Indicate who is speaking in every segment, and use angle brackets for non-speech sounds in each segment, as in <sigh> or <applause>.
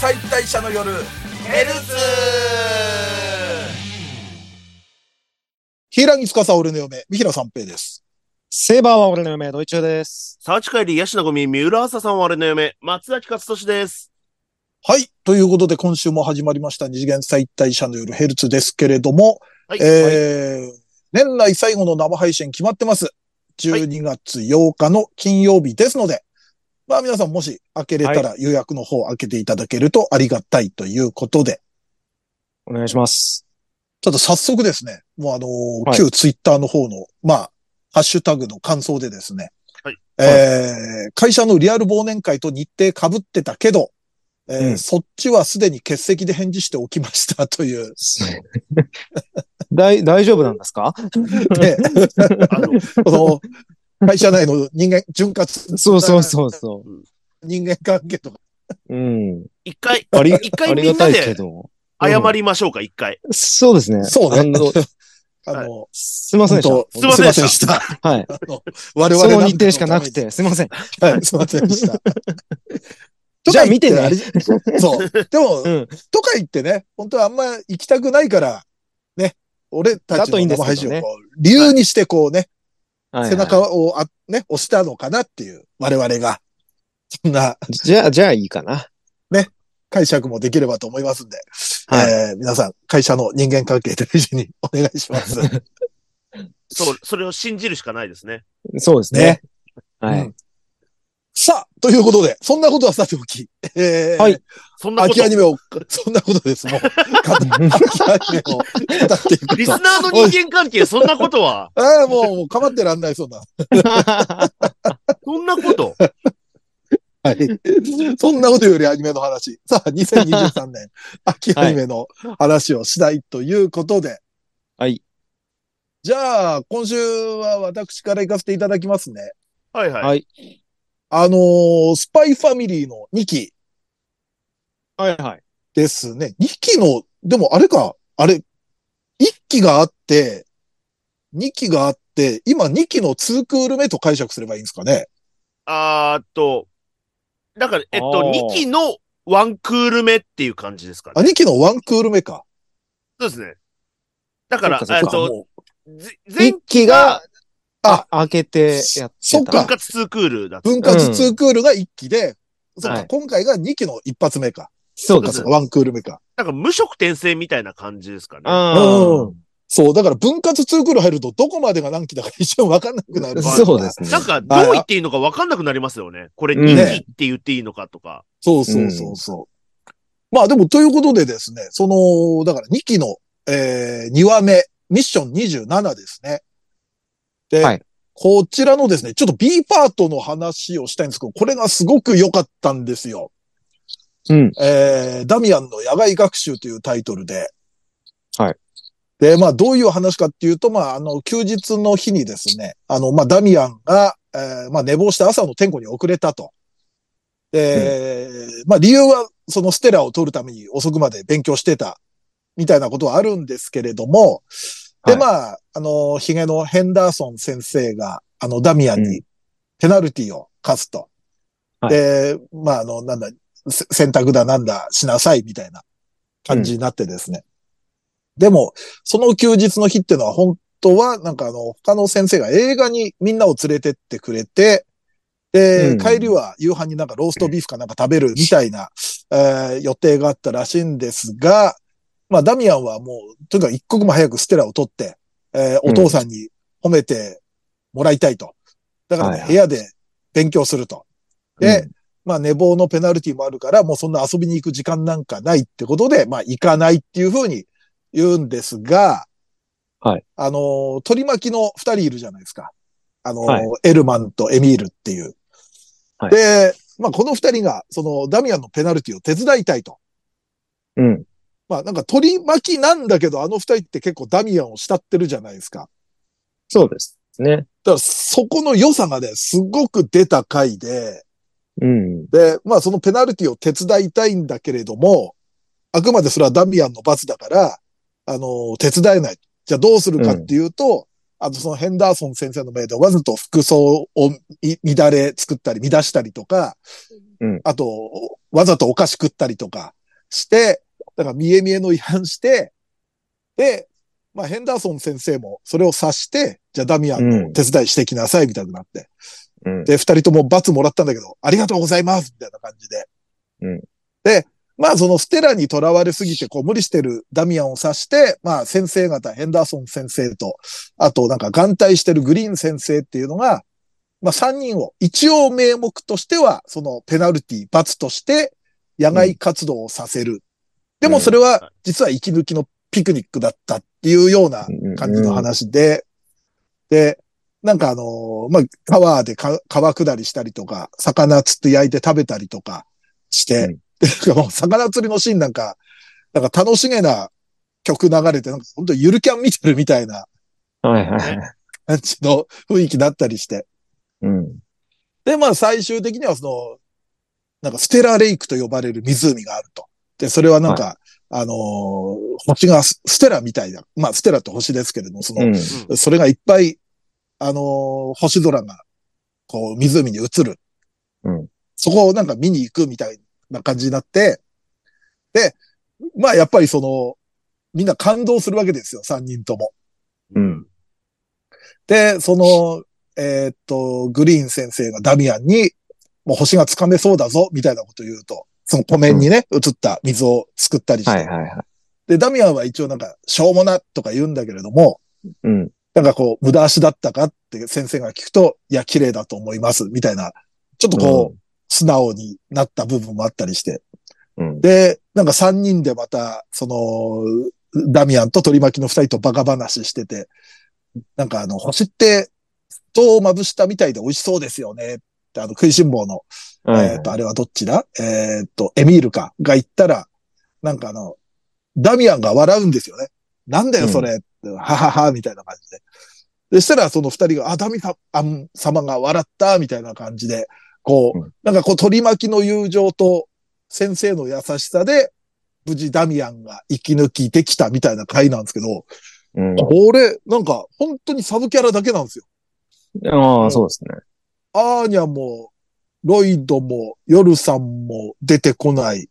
Speaker 1: 解体者の夜ヘルツ
Speaker 2: 平木司俺の嫁、三平三平です。
Speaker 3: セイバーは俺の嫁、ドイチューです。
Speaker 4: サーチ会でヤシナゴミ、三浦朝さんは俺の嫁、松崎勝利です。
Speaker 2: はい。ということで、今週も始まりました、二次元再退者の夜ヘルツですけれども、
Speaker 4: はい。
Speaker 2: えー年内最後の生配信決まってます。12月8日の金曜日ですので、まあ皆さんもし開けれたら予約の方開けていただけるとありがたいということで、
Speaker 3: お願いし <laughs> ます。
Speaker 2: ちょっと早速ですね、もうあのー
Speaker 3: はい
Speaker 2: 旧ツイッターの方の、まあ、ハッシュタグの感想でですね、
Speaker 4: はい
Speaker 2: えー会社のリアル忘年会と日程被ってたけど、えー
Speaker 3: うん
Speaker 2: そっちはすでに欠席で返事しておきましたと
Speaker 3: <laughs>
Speaker 2: いう。
Speaker 3: 大、大丈夫なんですか
Speaker 2: で、
Speaker 4: あの、
Speaker 2: この会社内の人間、潤滑
Speaker 3: そうそうそうそ
Speaker 2: 人間関係とか、
Speaker 3: う。うん。
Speaker 4: 一回、
Speaker 3: あり、
Speaker 4: 一回
Speaker 3: あり
Speaker 4: み
Speaker 3: が
Speaker 4: んな
Speaker 3: たいけ
Speaker 4: で
Speaker 3: ど。
Speaker 4: 謝りましょうか、一回。
Speaker 3: そうですね。
Speaker 2: そうね
Speaker 3: あの
Speaker 2: あ
Speaker 4: はい
Speaker 2: の、
Speaker 3: すいませんで
Speaker 2: 本
Speaker 3: し
Speaker 2: 当
Speaker 4: すいませんでした
Speaker 2: すいませんでした。
Speaker 3: た。はい。
Speaker 2: あの、我々
Speaker 3: そ
Speaker 2: な
Speaker 3: の
Speaker 2: んか
Speaker 3: 日程しかなくて、すいません。
Speaker 2: ために。はい、すいませんで
Speaker 3: <laughs>
Speaker 2: した。
Speaker 3: じゃあ見て
Speaker 2: とか
Speaker 3: ね <laughs>
Speaker 2: 言ってあれそう。でも、
Speaker 3: うん
Speaker 2: とか言ってね、本当はあんま行きたくないから、ね、俺た
Speaker 3: だ
Speaker 2: ちの
Speaker 3: といいんです
Speaker 2: 生
Speaker 3: けどね
Speaker 2: 配信をこう理由にしてこうね、
Speaker 3: はいはい
Speaker 2: 背中をあ、ね、押したのかなっていう、我々が。そんな
Speaker 3: じゃあ、じゃあいいかな。
Speaker 2: 解釈もできればと思いますんで、
Speaker 3: はい
Speaker 2: えー皆さん、会社の人間関係大事にお願いし
Speaker 3: <laughs>
Speaker 2: ます。
Speaker 4: そう、それを信じるしかないですね。
Speaker 3: そうです
Speaker 2: ね
Speaker 3: ね。は
Speaker 2: う
Speaker 3: い
Speaker 2: ん。さあ、ということで、そんなことはさておき、えー、
Speaker 3: はい
Speaker 4: そんなこと。
Speaker 2: 秋アニ
Speaker 4: リ
Speaker 2: メを、そんなことです、もう。
Speaker 3: <laughs>
Speaker 2: 秋アニメを語っていく
Speaker 4: ス
Speaker 2: と
Speaker 4: ナー。の人間関係、そんなこと
Speaker 3: <laughs>
Speaker 4: は、
Speaker 2: ああ、もう、もう、かまってらんない、そんな。
Speaker 4: そんなこと。
Speaker 2: はい。そんなことよりアニメの話。さあ、2023年、秋アニメの話をしたいということで。
Speaker 3: はい。
Speaker 2: じゃあ、今週は私から行かせていただきますね。
Speaker 4: はいはい。
Speaker 3: はい。
Speaker 2: あのースパイファミリーの2期
Speaker 3: はいはい。
Speaker 2: ですね。2期の、でもあれか、あれ、1期があって、2期があって、今2期の2クール目と解釈すればいいんですかね。
Speaker 4: あーっと、だから、えっ
Speaker 3: あ
Speaker 4: と、
Speaker 3: ー
Speaker 4: 2期のワンクール目っていう感じですか
Speaker 2: あ、
Speaker 4: ね。
Speaker 2: 2期の1クール目か。
Speaker 4: そうですね。だから、
Speaker 3: そうか
Speaker 4: えっ
Speaker 3: そうか
Speaker 4: と、
Speaker 2: もう
Speaker 4: ぜ前
Speaker 3: 一気が、
Speaker 2: あ
Speaker 3: あ、開けてやってた。
Speaker 2: そっか
Speaker 4: 分割2クールだった。
Speaker 2: 分割2クールが1期で、そっか、
Speaker 3: はい
Speaker 2: 今回が2期の一発目か。
Speaker 3: そ
Speaker 2: そ
Speaker 3: うで
Speaker 2: っか
Speaker 3: す
Speaker 2: そっ。か、1クール目か。
Speaker 4: なんか無色転生みたいな感じですかね。
Speaker 3: あ
Speaker 2: うんそう、だから分割2クール入るとどこまでが何期だか一瞬わかんなくなる。
Speaker 3: <laughs> そうですね。
Speaker 4: なんか、どう言っていいのか分かんなくなりますよね。これ、
Speaker 3: うん
Speaker 4: 2期って言っていいのかとか。
Speaker 2: そうそうそうそう。まあでも、ということでですね、その、だから2期の、えー、2話目、ミッション27ですね。で、
Speaker 3: はい
Speaker 2: こちらのですね、ちょっと B パートの話をしたいんですけど、これがすごく良かったんですよ。
Speaker 3: うん。
Speaker 2: えー、ダミアンの野外学習というタイトルで。
Speaker 3: はい。
Speaker 2: で、まあ、どういう話かっていうと、まあ、あの、休日の日にですね、あの、まあ、ダミアンが、えーまあ、寝坊して朝の点呼に遅れたと。で、まあ、理由は、そのステラを取るために遅くまで勉強してた、みたいなことはあるんですけれども、で、
Speaker 3: はい
Speaker 2: まあ、あの、ヒゲのヘンダーソン先生が、あの、ダミアン
Speaker 3: う
Speaker 2: にペナルティを課すと。
Speaker 3: はい
Speaker 2: で、まあ、あの、なんだ、せ選択だなんだしなさいみたいな感じになってですね。でも、その休日の日ってのは本当は、なんかあの、他の先生が映画にみんなを連れてってくれて、で、
Speaker 3: うん
Speaker 2: 帰りは夕飯になんかローストビーフかなんか食べるみたいな、えー予定があったらしいんですが、まあ、ダミアンはもう、とにかく一刻も早くステラを取って、えーお父さんに褒めてもらいたいと。だからね、
Speaker 3: はいはい
Speaker 2: 部屋で勉強すると。で、
Speaker 3: う
Speaker 2: まあ寝坊のペナルティもあるから、もうそんな遊びに行く時間なんかないってことで、まあ行かないっていうふうに言うんですが、
Speaker 3: はい。
Speaker 2: あのー、取り巻きの二人いるじゃないですか。あのー、
Speaker 3: はい
Speaker 2: エルマンとエミールっていう。
Speaker 3: はい
Speaker 2: で、まあこの二人が、そのダミアンのペナルティを手伝いたいと。
Speaker 3: うん。
Speaker 2: まあなんか取り巻きなんだけど、あの二人って結構ダミアンを慕ってるじゃないですか。
Speaker 3: そうです
Speaker 2: だ
Speaker 3: ね。
Speaker 2: からそこの良さがね、すごく出た回で、
Speaker 3: うん。
Speaker 2: で、まあそのペナルティを手伝いたいんだけれども、あくまでそれはダミアンの罰だから、あの、手伝えない。じゃあどうするかっていうと、あのそのヘンダーソン先生の命でわざと服装をい乱れ作ったり乱したりとか、
Speaker 3: うん
Speaker 2: あと、わざとお菓子食ったりとか、して、だから見え見えの違反して、で、まあヘンダーソン先生もそれを察して、じゃあダミアン
Speaker 3: うん。
Speaker 2: 手伝いしてきなさいみたいになって。
Speaker 3: うん
Speaker 2: で、二人とも罰もらったんだけど、ありがとうございますみたいな感じで。
Speaker 3: うん
Speaker 2: で、まあそのステラにとらわれすぎて、こう無理してるダミアンを指して、まあ先生方、ヘンダーソン先生と、あとなんか眼帯してるグリーン先生っていうのが、まあ三人を一応名目としては、そのペナルティ、罰として野外活動をさせる。でもそれは実は息抜きのピクニックだったっていうような
Speaker 3: うん
Speaker 2: 感じの。話で、で、なんかあのーまあ、川でか川下りしたりとか、魚釣って焼いて食べたりとかして、
Speaker 3: うん
Speaker 2: でなんかもう魚釣りのシーンなんか、なんか楽しげな曲流れて、なんか本当ゆるキャン見てるみたいな
Speaker 3: はいはいはい。
Speaker 2: 感じの雰囲気だったりして。
Speaker 3: うん。
Speaker 2: で、まあ最終的にはその、なんかステラレイクと呼ばれる湖があると。で、それはなんか、あのー星がスステラみたいな、まあステラって星ですけれども、その、
Speaker 3: うん。
Speaker 2: それがいっぱい、あのー星空が、こう、湖に映る。
Speaker 3: うん
Speaker 2: そこをなんか見に行くみたいな感じになって、で、まあやっぱりその、みんな感動するわけですよ、三人とも。
Speaker 3: うん。
Speaker 2: で、その、えーっと、グリーン先生がダミアンに、もう星がつかめそうだぞ、みたいなこと言うと、その湖面にね、映った水を作ったりして、
Speaker 3: はいはいはい。
Speaker 2: で、ダミアンは一応なんか、しょうもなとか言うんだけれども、
Speaker 3: うん。
Speaker 2: なんかこう、無駄足だったかって先生が聞くと、いや、綺麗だと思います、みたいな、ちょっとこう、素直になった部分もあったりして。
Speaker 3: うん。
Speaker 2: で、なんか3人でまた、その、ダミアンと取り巻きの2人とバカ話してて、なんかあの、星って、糖をまぶしたみたいで美味しそうですよね。ってあの、食いしん坊の、
Speaker 3: うん。はい
Speaker 2: えっと、あれはどっちだえっと、エミールか、が言ったら、なんかあの、ダミアンが笑うんですよね。なんだよ、それ、ははは、みたいな感じで。でしたら、その二人が、あ、ダミさんあん様が笑った、みたいな感じで、こう、
Speaker 3: うん
Speaker 2: なんかこう、取り巻きの友情と先生の優しさで、無事ダミアンが生き抜きできたみたいな回なんですけど、
Speaker 3: うん。
Speaker 2: これ、なんか、本当にサブキャラだけなんですよ。
Speaker 3: ああ、そうですね。
Speaker 2: アーニャも、ロイドも、ヨルさんも出てこない。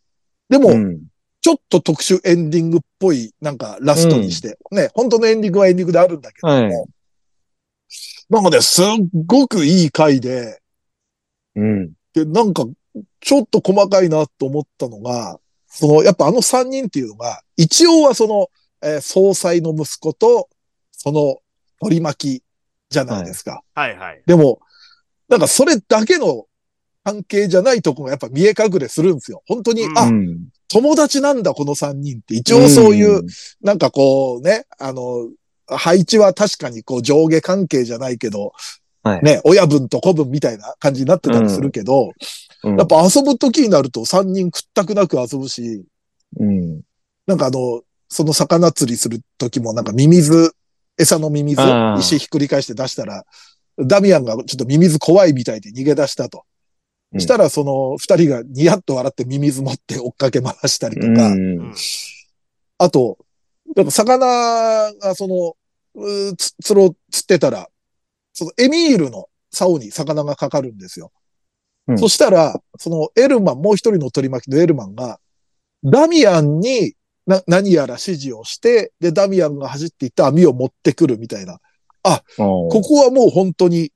Speaker 2: でも、
Speaker 3: うん。
Speaker 2: ちょっと特殊エンディングっぽい、なんかラストにして、ね、本当のエンディングはエンディングであるんだけど、
Speaker 3: はい。
Speaker 2: なんかね、すっごくいい回で、
Speaker 3: うん。
Speaker 2: で、なんか、ちょっと細かいなと思ったのが、その、やっぱあの三人っていうのが、一応はその、えー総裁の息子と、その、取り巻きじゃないですか。
Speaker 4: はいはい。
Speaker 2: でも、なんかそれだけの関係じゃないとこがやっぱ見え隠れするんですよ。本当に、
Speaker 4: うん
Speaker 2: あ
Speaker 3: う、ん
Speaker 2: 友達なんだ、この三人って。一応そういう、、
Speaker 3: ん
Speaker 2: なんかこうね、あの、配置は確かにこう上下関係じゃないけど、
Speaker 3: はい
Speaker 2: ね、親分と子分みたいな感じになってたりするけど、
Speaker 3: うん
Speaker 2: やっぱ遊ぶ時になると3人屈託なく遊ぶし、
Speaker 3: うん。
Speaker 2: なんかあの、その魚釣りする時もなんかミミズ、餌のミミズ
Speaker 3: あ、ー
Speaker 2: 石ひっくり返して出したら、ダミアンがちょっとミミズ怖いみたいで逃げ出したと。
Speaker 3: うん
Speaker 2: したらその二人がニヤッと笑ってミミズ持って追っかけ回したりと
Speaker 3: うん
Speaker 2: か、
Speaker 4: うん
Speaker 2: あと、なんか魚がその、うーつ、つろ、釣ってたら、そのエミールの竿に魚がかかるんですよ。
Speaker 3: うん
Speaker 2: そしたら、そのエルマン、もう一人の取り巻きのエルマンが、ダミアンにな何やら指示をして、で、ダミアンが走っていった網を持ってくるみたいな。こ
Speaker 3: こ
Speaker 2: こはもう本当に、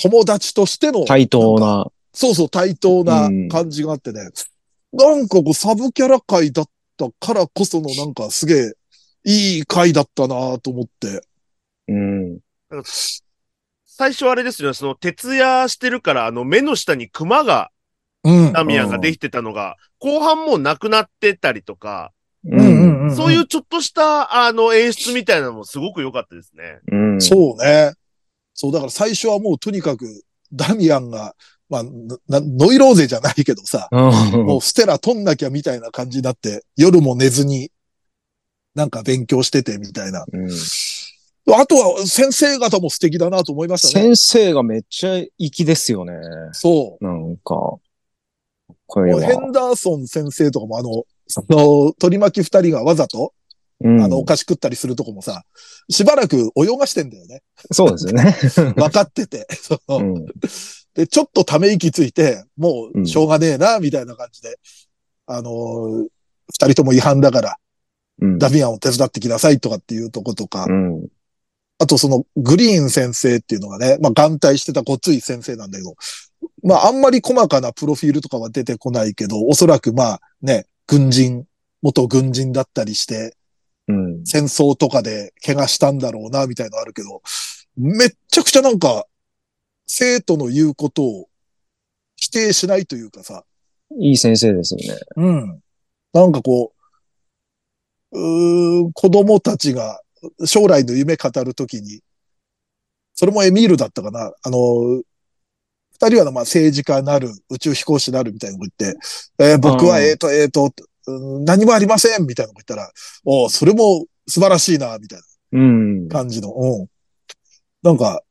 Speaker 2: 友達としての、
Speaker 3: 対等な。
Speaker 2: そうそう、対等な感じがあってね。なんかこう、サブキャラ界だったからこそのなんかすげえ、いい回だったなと思って。
Speaker 3: うん。
Speaker 4: 最初あれですよね、その、徹夜してるから、あの、目の下にクマが、
Speaker 2: うん
Speaker 4: ダミアンができてたのが、後半もうなくなってたりとか、
Speaker 3: う
Speaker 2: うんうんん
Speaker 4: そういうちょっとした、あの、演出みたいなのもすごく良かったですね。
Speaker 3: うん。
Speaker 2: そうね。そう、だから最初はもうとにかく、ダミアンが、まあ、ななノイローゼじゃないけどさ、
Speaker 3: うん。
Speaker 2: もうステラ取んなきゃみたいな感じになって、夜も寝ずに、なんか勉強しててみたいな。
Speaker 3: うん。
Speaker 2: あとは先生方も素敵だなと思いましたね。
Speaker 3: 先生がめっちゃ粋ですよね。
Speaker 2: そう。
Speaker 3: なんか。これ
Speaker 2: もう
Speaker 3: は。
Speaker 2: ヘンダーソン先生とかもあの、その、取り巻き二人がわざと、
Speaker 3: うん
Speaker 2: あの、お菓子食ったりするとこもさ、しばらく泳がしてんだよね。
Speaker 3: そうですよね。
Speaker 2: 分かって <laughs> て。そうの
Speaker 3: ん。
Speaker 2: で、ちょっとため息ついて、も
Speaker 3: う
Speaker 2: う、
Speaker 3: ん
Speaker 2: しょうがねえな、みたいな感じで。あのー二人とも違反だから、
Speaker 3: うん。
Speaker 2: ダミアンを手伝ってきなさいとかっていうとことか、
Speaker 3: うん。
Speaker 2: あとそのグリーン先生っていうのがね、まあ眼帯してたごつい先生なんだけど、まああんまり細かなプロフィールとかは出てこないけど、おそらくまあね、軍人、元軍人だったりして、
Speaker 3: うん。
Speaker 2: 戦争とかで怪我したんだろうな、みたいのあるけど、めっちゃくちゃなんか、生徒の言うことを否定しないというかさ、
Speaker 3: いい先生ですよね。
Speaker 2: うん。なんかこう、うーん子供たちが将来の夢語るときに、それもエミールだったかな。あの、二人はまあ政治家なる、宇宙飛行士なるみたいなこと言って、えー僕は
Speaker 3: うん
Speaker 2: えーと、えーと、うん何もありませんみたいなこと言ったら、おうそれも素晴らしいな、みたいな。
Speaker 3: うん。
Speaker 2: 感じの。うん。なんか、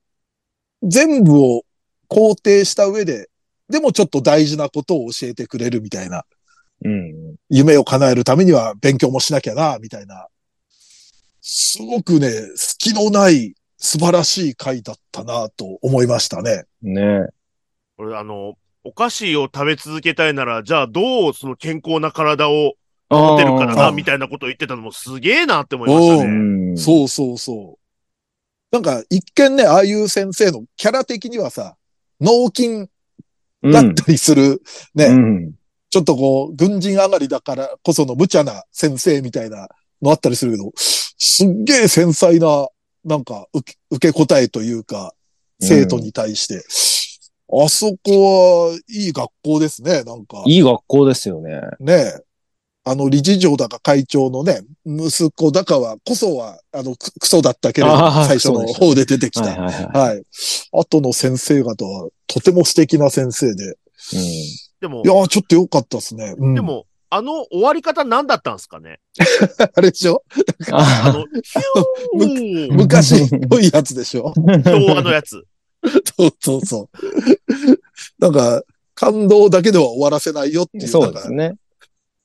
Speaker 2: 全部を肯定した上で、でもちょっと大事なことを教えてくれるみたいな。
Speaker 3: うん。
Speaker 2: 夢を叶えるためには勉強もしなきゃな、みたいな。すごくね、隙のない素晴らしい回だったな、と思いましたね。
Speaker 3: ねえ。
Speaker 4: これあの、お菓子を食べ続けたいなら、じゃあどうその健康な体を
Speaker 3: あ
Speaker 4: 持てるかだ
Speaker 2: あ
Speaker 4: な、
Speaker 2: ー
Speaker 4: みたいなことを言ってたのもすげえなって思いました
Speaker 3: う
Speaker 4: ね。
Speaker 3: ん。
Speaker 2: そうそうそう。なんか、一見ね、ああいう先生のキャラ的にはさ、脳筋
Speaker 3: う
Speaker 2: だっ
Speaker 3: ん。
Speaker 2: たりする、ね、
Speaker 3: うん。
Speaker 2: ちょっとこう、軍人上がりだからこその無茶な先生みたいなのあったりするけど、すっげえ繊細な、なんか受け、受け答えというか、生徒に対して。あそこはいい学校ですね、なんか。
Speaker 3: いい学校ですよね。
Speaker 2: ねえ。あの、理事長だか会長のね、息子だかは、こそは、あの、ククソだったけれど
Speaker 3: あ、ー
Speaker 2: 最初
Speaker 3: そう
Speaker 2: の
Speaker 3: でした
Speaker 2: 方で出てき
Speaker 3: はい
Speaker 2: た。
Speaker 3: はいは
Speaker 2: はい。後の先生方は、とても素敵な先生で。
Speaker 3: い。
Speaker 4: でも
Speaker 2: い、やー、ちょっと良かったですね。うん
Speaker 4: で、も、あの終わり方何だったんですかね
Speaker 2: <laughs> あれでしょ
Speaker 3: うん。あ
Speaker 4: あの、ヒューン
Speaker 2: 昔っぽいやつでしょ
Speaker 4: 昭和のやつ。 <laughs>
Speaker 2: そうそうそう。なんか、感動だけでは終わらせないよっていう、
Speaker 3: <laughs> そうで
Speaker 2: な
Speaker 3: す
Speaker 2: んか
Speaker 3: ね。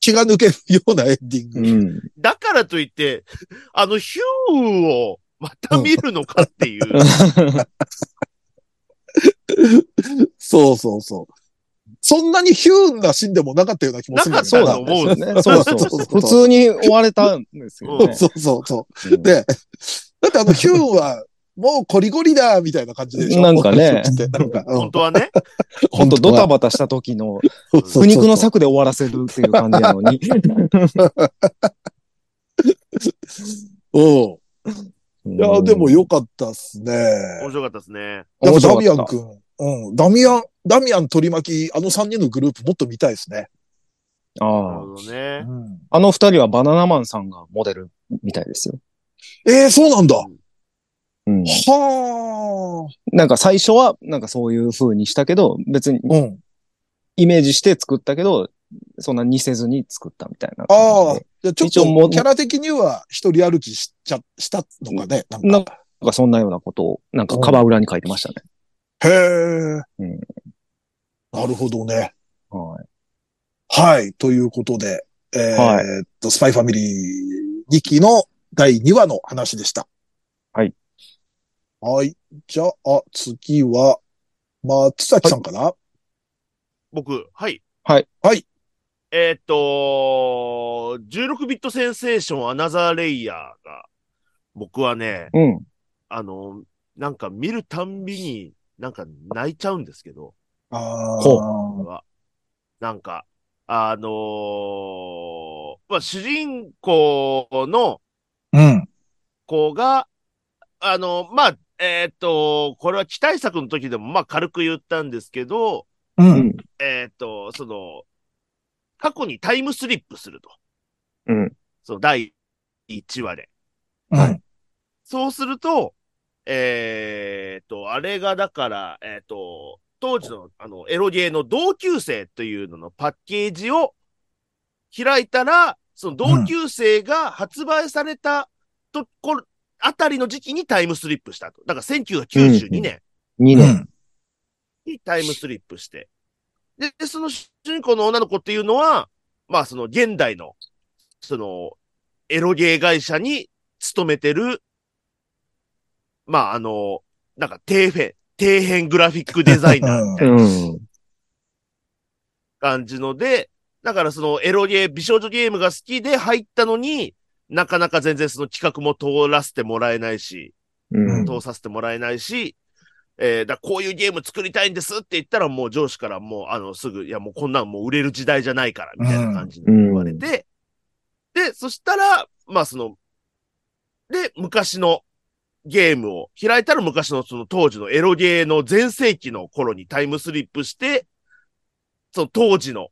Speaker 2: 気が抜けるようなエンディング。
Speaker 3: うん。
Speaker 4: だからといって、あのヒューンをまた見るのかっていう。
Speaker 2: そうそうそう。そんなにヒューンなシーンでもなかったような気もするんだけ
Speaker 3: そう
Speaker 2: ど
Speaker 4: なかっ
Speaker 3: なんですよね。
Speaker 2: そ
Speaker 3: そうう
Speaker 2: そう
Speaker 3: そう。普通に追われたんですよね。
Speaker 2: そうそうそう。
Speaker 3: うん
Speaker 2: で、だってあのヒューンは、もうコリゴリだ、みたいな感じでしょ
Speaker 3: なんかね
Speaker 2: ってなんか、うん
Speaker 4: <laughs> 本当はね。
Speaker 3: 本当ドタバタした時の
Speaker 2: そうそうそう
Speaker 3: 苦肉の策で終わらせるっていう感じなのに。
Speaker 2: うん。
Speaker 3: <laughs>
Speaker 2: いや、でも
Speaker 3: よ、
Speaker 2: 良かったっすね。
Speaker 4: 面白かったですね。
Speaker 2: やっぱ
Speaker 3: 面
Speaker 2: ダ
Speaker 3: 白
Speaker 2: ミア
Speaker 3: か
Speaker 2: ン
Speaker 3: った。
Speaker 2: 君。うん。ダミアン、ダミアン取り巻き、あの3人のグループもっと見たいですね。
Speaker 4: なる
Speaker 3: ああ
Speaker 4: ほどね。
Speaker 3: あの二人はバナナマンさんがモデルみたいですよ。
Speaker 2: ええそうなんだ。
Speaker 3: うん。
Speaker 2: は
Speaker 3: なんか最初は、なんかそういう風にしたけど、別に
Speaker 2: あ。うん。
Speaker 3: イメージして作ったけど、そんな似せずに作ったみたいな
Speaker 2: ああ
Speaker 3: 感じで。。
Speaker 2: じゃあちょっ
Speaker 3: 一応も
Speaker 2: と、キャラ的には一人歩きしちゃ、したのかね。なんか。
Speaker 3: なんかそんなようなことを、なんかカバー裏に書いてましたね。
Speaker 2: へえ。
Speaker 3: うん
Speaker 2: なるほどね。
Speaker 3: はい。
Speaker 2: はい。ということで、えー
Speaker 3: はい
Speaker 2: えっと、スパイファミリー2期の第2話の話でした。
Speaker 3: はい。
Speaker 2: はい。じゃあ、次は、松崎さんかな、
Speaker 4: 僕、はい。
Speaker 3: はい。
Speaker 2: はい。
Speaker 4: えーっと、16ビットセンセーションアナザーレイヤーが、僕はね、
Speaker 3: うん。
Speaker 4: あの、なんか見るたんびに、なんか泣いちゃうんですけど、
Speaker 2: ああ。
Speaker 4: 僕は。なんか、あのーまあ、主人公の
Speaker 2: うん。
Speaker 4: 子が、あの、まあ、えーっと、これは期待作の時でも、まあ、軽く言ったんですけど、
Speaker 2: う。
Speaker 3: うんん。
Speaker 4: えーっと、その、過去にタイムスリップすると。
Speaker 3: うん。
Speaker 4: その第1話で。
Speaker 2: うん。
Speaker 4: そうすると、えーっと、あれがだから、えーっと、当時のあのエロゲーの同級生というののパッケージを開いたら、その同級生が発売されたところ、あたりの時期にタイムスリップしたと。だから1992年
Speaker 2: う
Speaker 3: 2年。
Speaker 2: ん。
Speaker 4: にタイムスリップして。で、でその主人公の女の子っていうのは、まあその現代の、その、エロゲー会社に勤めてる、まああの、なんか底辺、底辺グラフィックデザイナーみたいな
Speaker 3: うん。
Speaker 4: 感じので、 <laughs> だからそのエロゲー、美少女ゲームが好きで入ったのに、なかなか全然その企画も通らせてもらえないし、
Speaker 3: うん。
Speaker 4: 通させてもらえないし、えー、だこういうゲーム作りたいんですって言ったらもう上司からもうあのすぐ、いやもうこんなんもう売れる時代じゃないからみたいな感じに言われて、で、そしたら、まあその、で、昔のゲームを開いたら昔のその当時のエロゲーの全盛期の頃にタイムスリップして、その当時の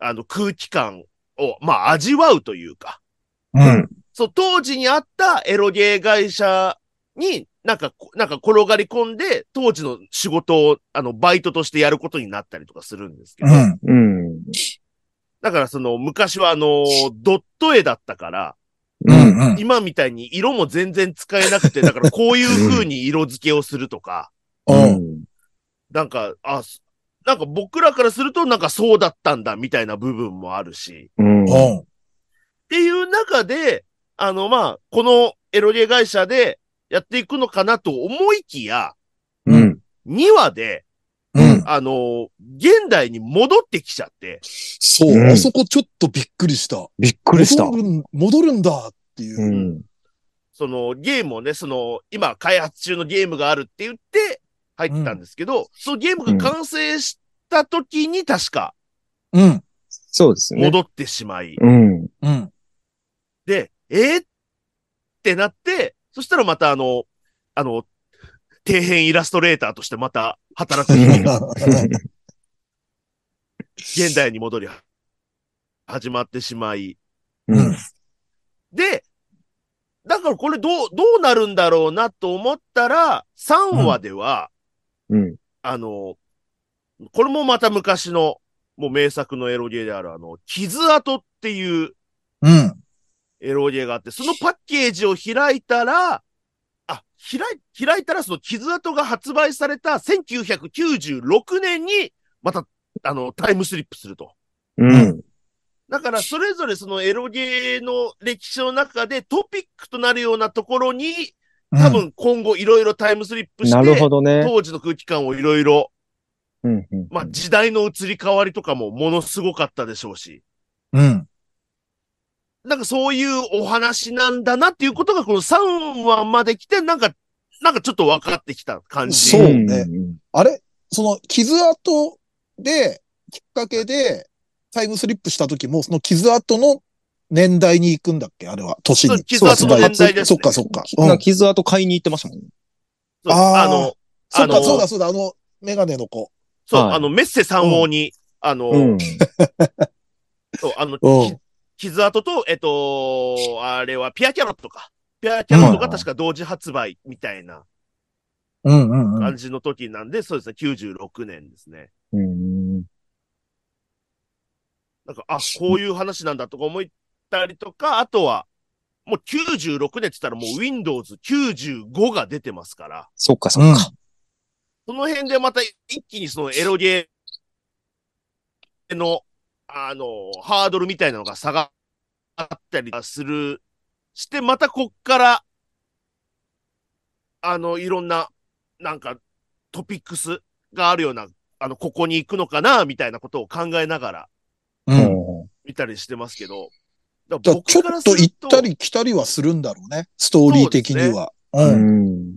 Speaker 4: あの空気感をまあ味わうというか、
Speaker 2: うん。
Speaker 4: そう、当時にあったエロゲー会社に、なんかこ、なんか転がり込んで、当時の仕事を、あの、バイトとしてやることになったりとかするんですけど、
Speaker 2: うん。
Speaker 3: うん。
Speaker 4: だからその、昔はあの、ドット絵だったから、
Speaker 2: う
Speaker 3: うん。
Speaker 2: ん。うん。
Speaker 4: 今みたいに色も全然使えなくて、だからこういう風に色付けをするとか、
Speaker 2: うん。
Speaker 4: なんか、あ、すなんか僕らからするとなんかそうだったんだみたいな部分もあるし、
Speaker 3: うん。
Speaker 2: うん。
Speaker 4: っていう中で、あの、まあ、このエロゲー会社でやっていくのかなと思いきや、
Speaker 3: うん。
Speaker 4: 2話で、
Speaker 2: うん。
Speaker 4: あの現代に戻ってきちゃって、
Speaker 2: そうう、
Speaker 3: ん
Speaker 2: あそこちょっとびっくりした。
Speaker 3: びっくりした。
Speaker 2: 戻るん戻るんだっていうう。
Speaker 3: ん。
Speaker 4: そのゲームをね、その、今開発中のゲームがあるって言って入ったんですけど、そのゲームが完成した時に確か
Speaker 2: うん。
Speaker 3: そうですね。
Speaker 4: 戻ってしまい、
Speaker 3: うん。
Speaker 2: うん。
Speaker 4: で、えーってなって、そしたらまたあの、あの、底辺イラストレーターとしてまた働く日々が現代に戻り、始まってしまい、
Speaker 3: うん。
Speaker 4: で、だからこれどう、どうなるんだろうなと思ったら、3話では、
Speaker 3: うん。
Speaker 4: あの、これもまた昔の、もう名作のエロゲーである、あの、傷跡っていう
Speaker 2: うん。
Speaker 4: エロゲーがあって、そのパッケージを開いたら、あ、開い、開いたらその傷跡が発売された1996年に、また、あの、タイムスリップすると。
Speaker 3: うん。
Speaker 4: だから、それぞれそのエロゲーの歴史の中でトピックとなるようなところに、多分今後いろいろタイムスリップし
Speaker 3: なるほ
Speaker 4: て、
Speaker 3: どね。
Speaker 4: 当時の空気感をいろいろ、
Speaker 3: うん。うん
Speaker 4: まあ時代の移り変わりとかもものすごかったでしょうし、
Speaker 2: うん。
Speaker 4: なんかそういうお話なんだなっていうことがこの3話まで来て、なんか、なんかちょっと分かってきた感じ。
Speaker 2: そうね。あれその傷跡で、きっかけで、タイムスリップした時も、その傷跡の年代に行くんだっけあれは、年
Speaker 4: そ
Speaker 2: に
Speaker 4: う。傷跡の年代です、
Speaker 2: そっ
Speaker 4: ね。
Speaker 2: かそっか。
Speaker 3: うん
Speaker 2: う
Speaker 3: なんんか傷跡買いに行ってましたもんね。
Speaker 4: そう
Speaker 2: あー
Speaker 4: あの、
Speaker 2: そ
Speaker 4: あ
Speaker 2: っ
Speaker 4: の
Speaker 2: か、そうだそうだ、あの、メガネの子。
Speaker 4: そう、
Speaker 3: はい
Speaker 4: あの、メッセ三王に、あの、
Speaker 3: うん。
Speaker 4: そう、あの、
Speaker 2: うん
Speaker 4: き傷跡と、えっと、あれはピアキャロットか。ピアキャロットが確か同時発売みたいな
Speaker 2: うんうんうん。
Speaker 4: 感じの時なんで、そうですね、96年ですね。
Speaker 3: うん。
Speaker 4: なんか、あ、こういう話なんだとか思ったりとか、あとは、もう96年って言ったらもう Windows 95が出てますから、
Speaker 3: そっかそっか。
Speaker 4: その辺でまた一気にそのエロゲーの、あの、ハードルみたいなのが下がったりする、して、またこっから、あの、いろんな、なんか、トピックスがあるような、あの、ここに行くのかな、みたいなことを考えながら、
Speaker 2: うん。
Speaker 4: 見たりしてますけど。だか
Speaker 2: じゃあ
Speaker 4: ら
Speaker 2: ち
Speaker 4: 僕
Speaker 2: ょっ
Speaker 4: からす
Speaker 2: と
Speaker 4: る
Speaker 2: 行ったり来たりはするんだろうね。ストーリー的には。う。
Speaker 3: うんん。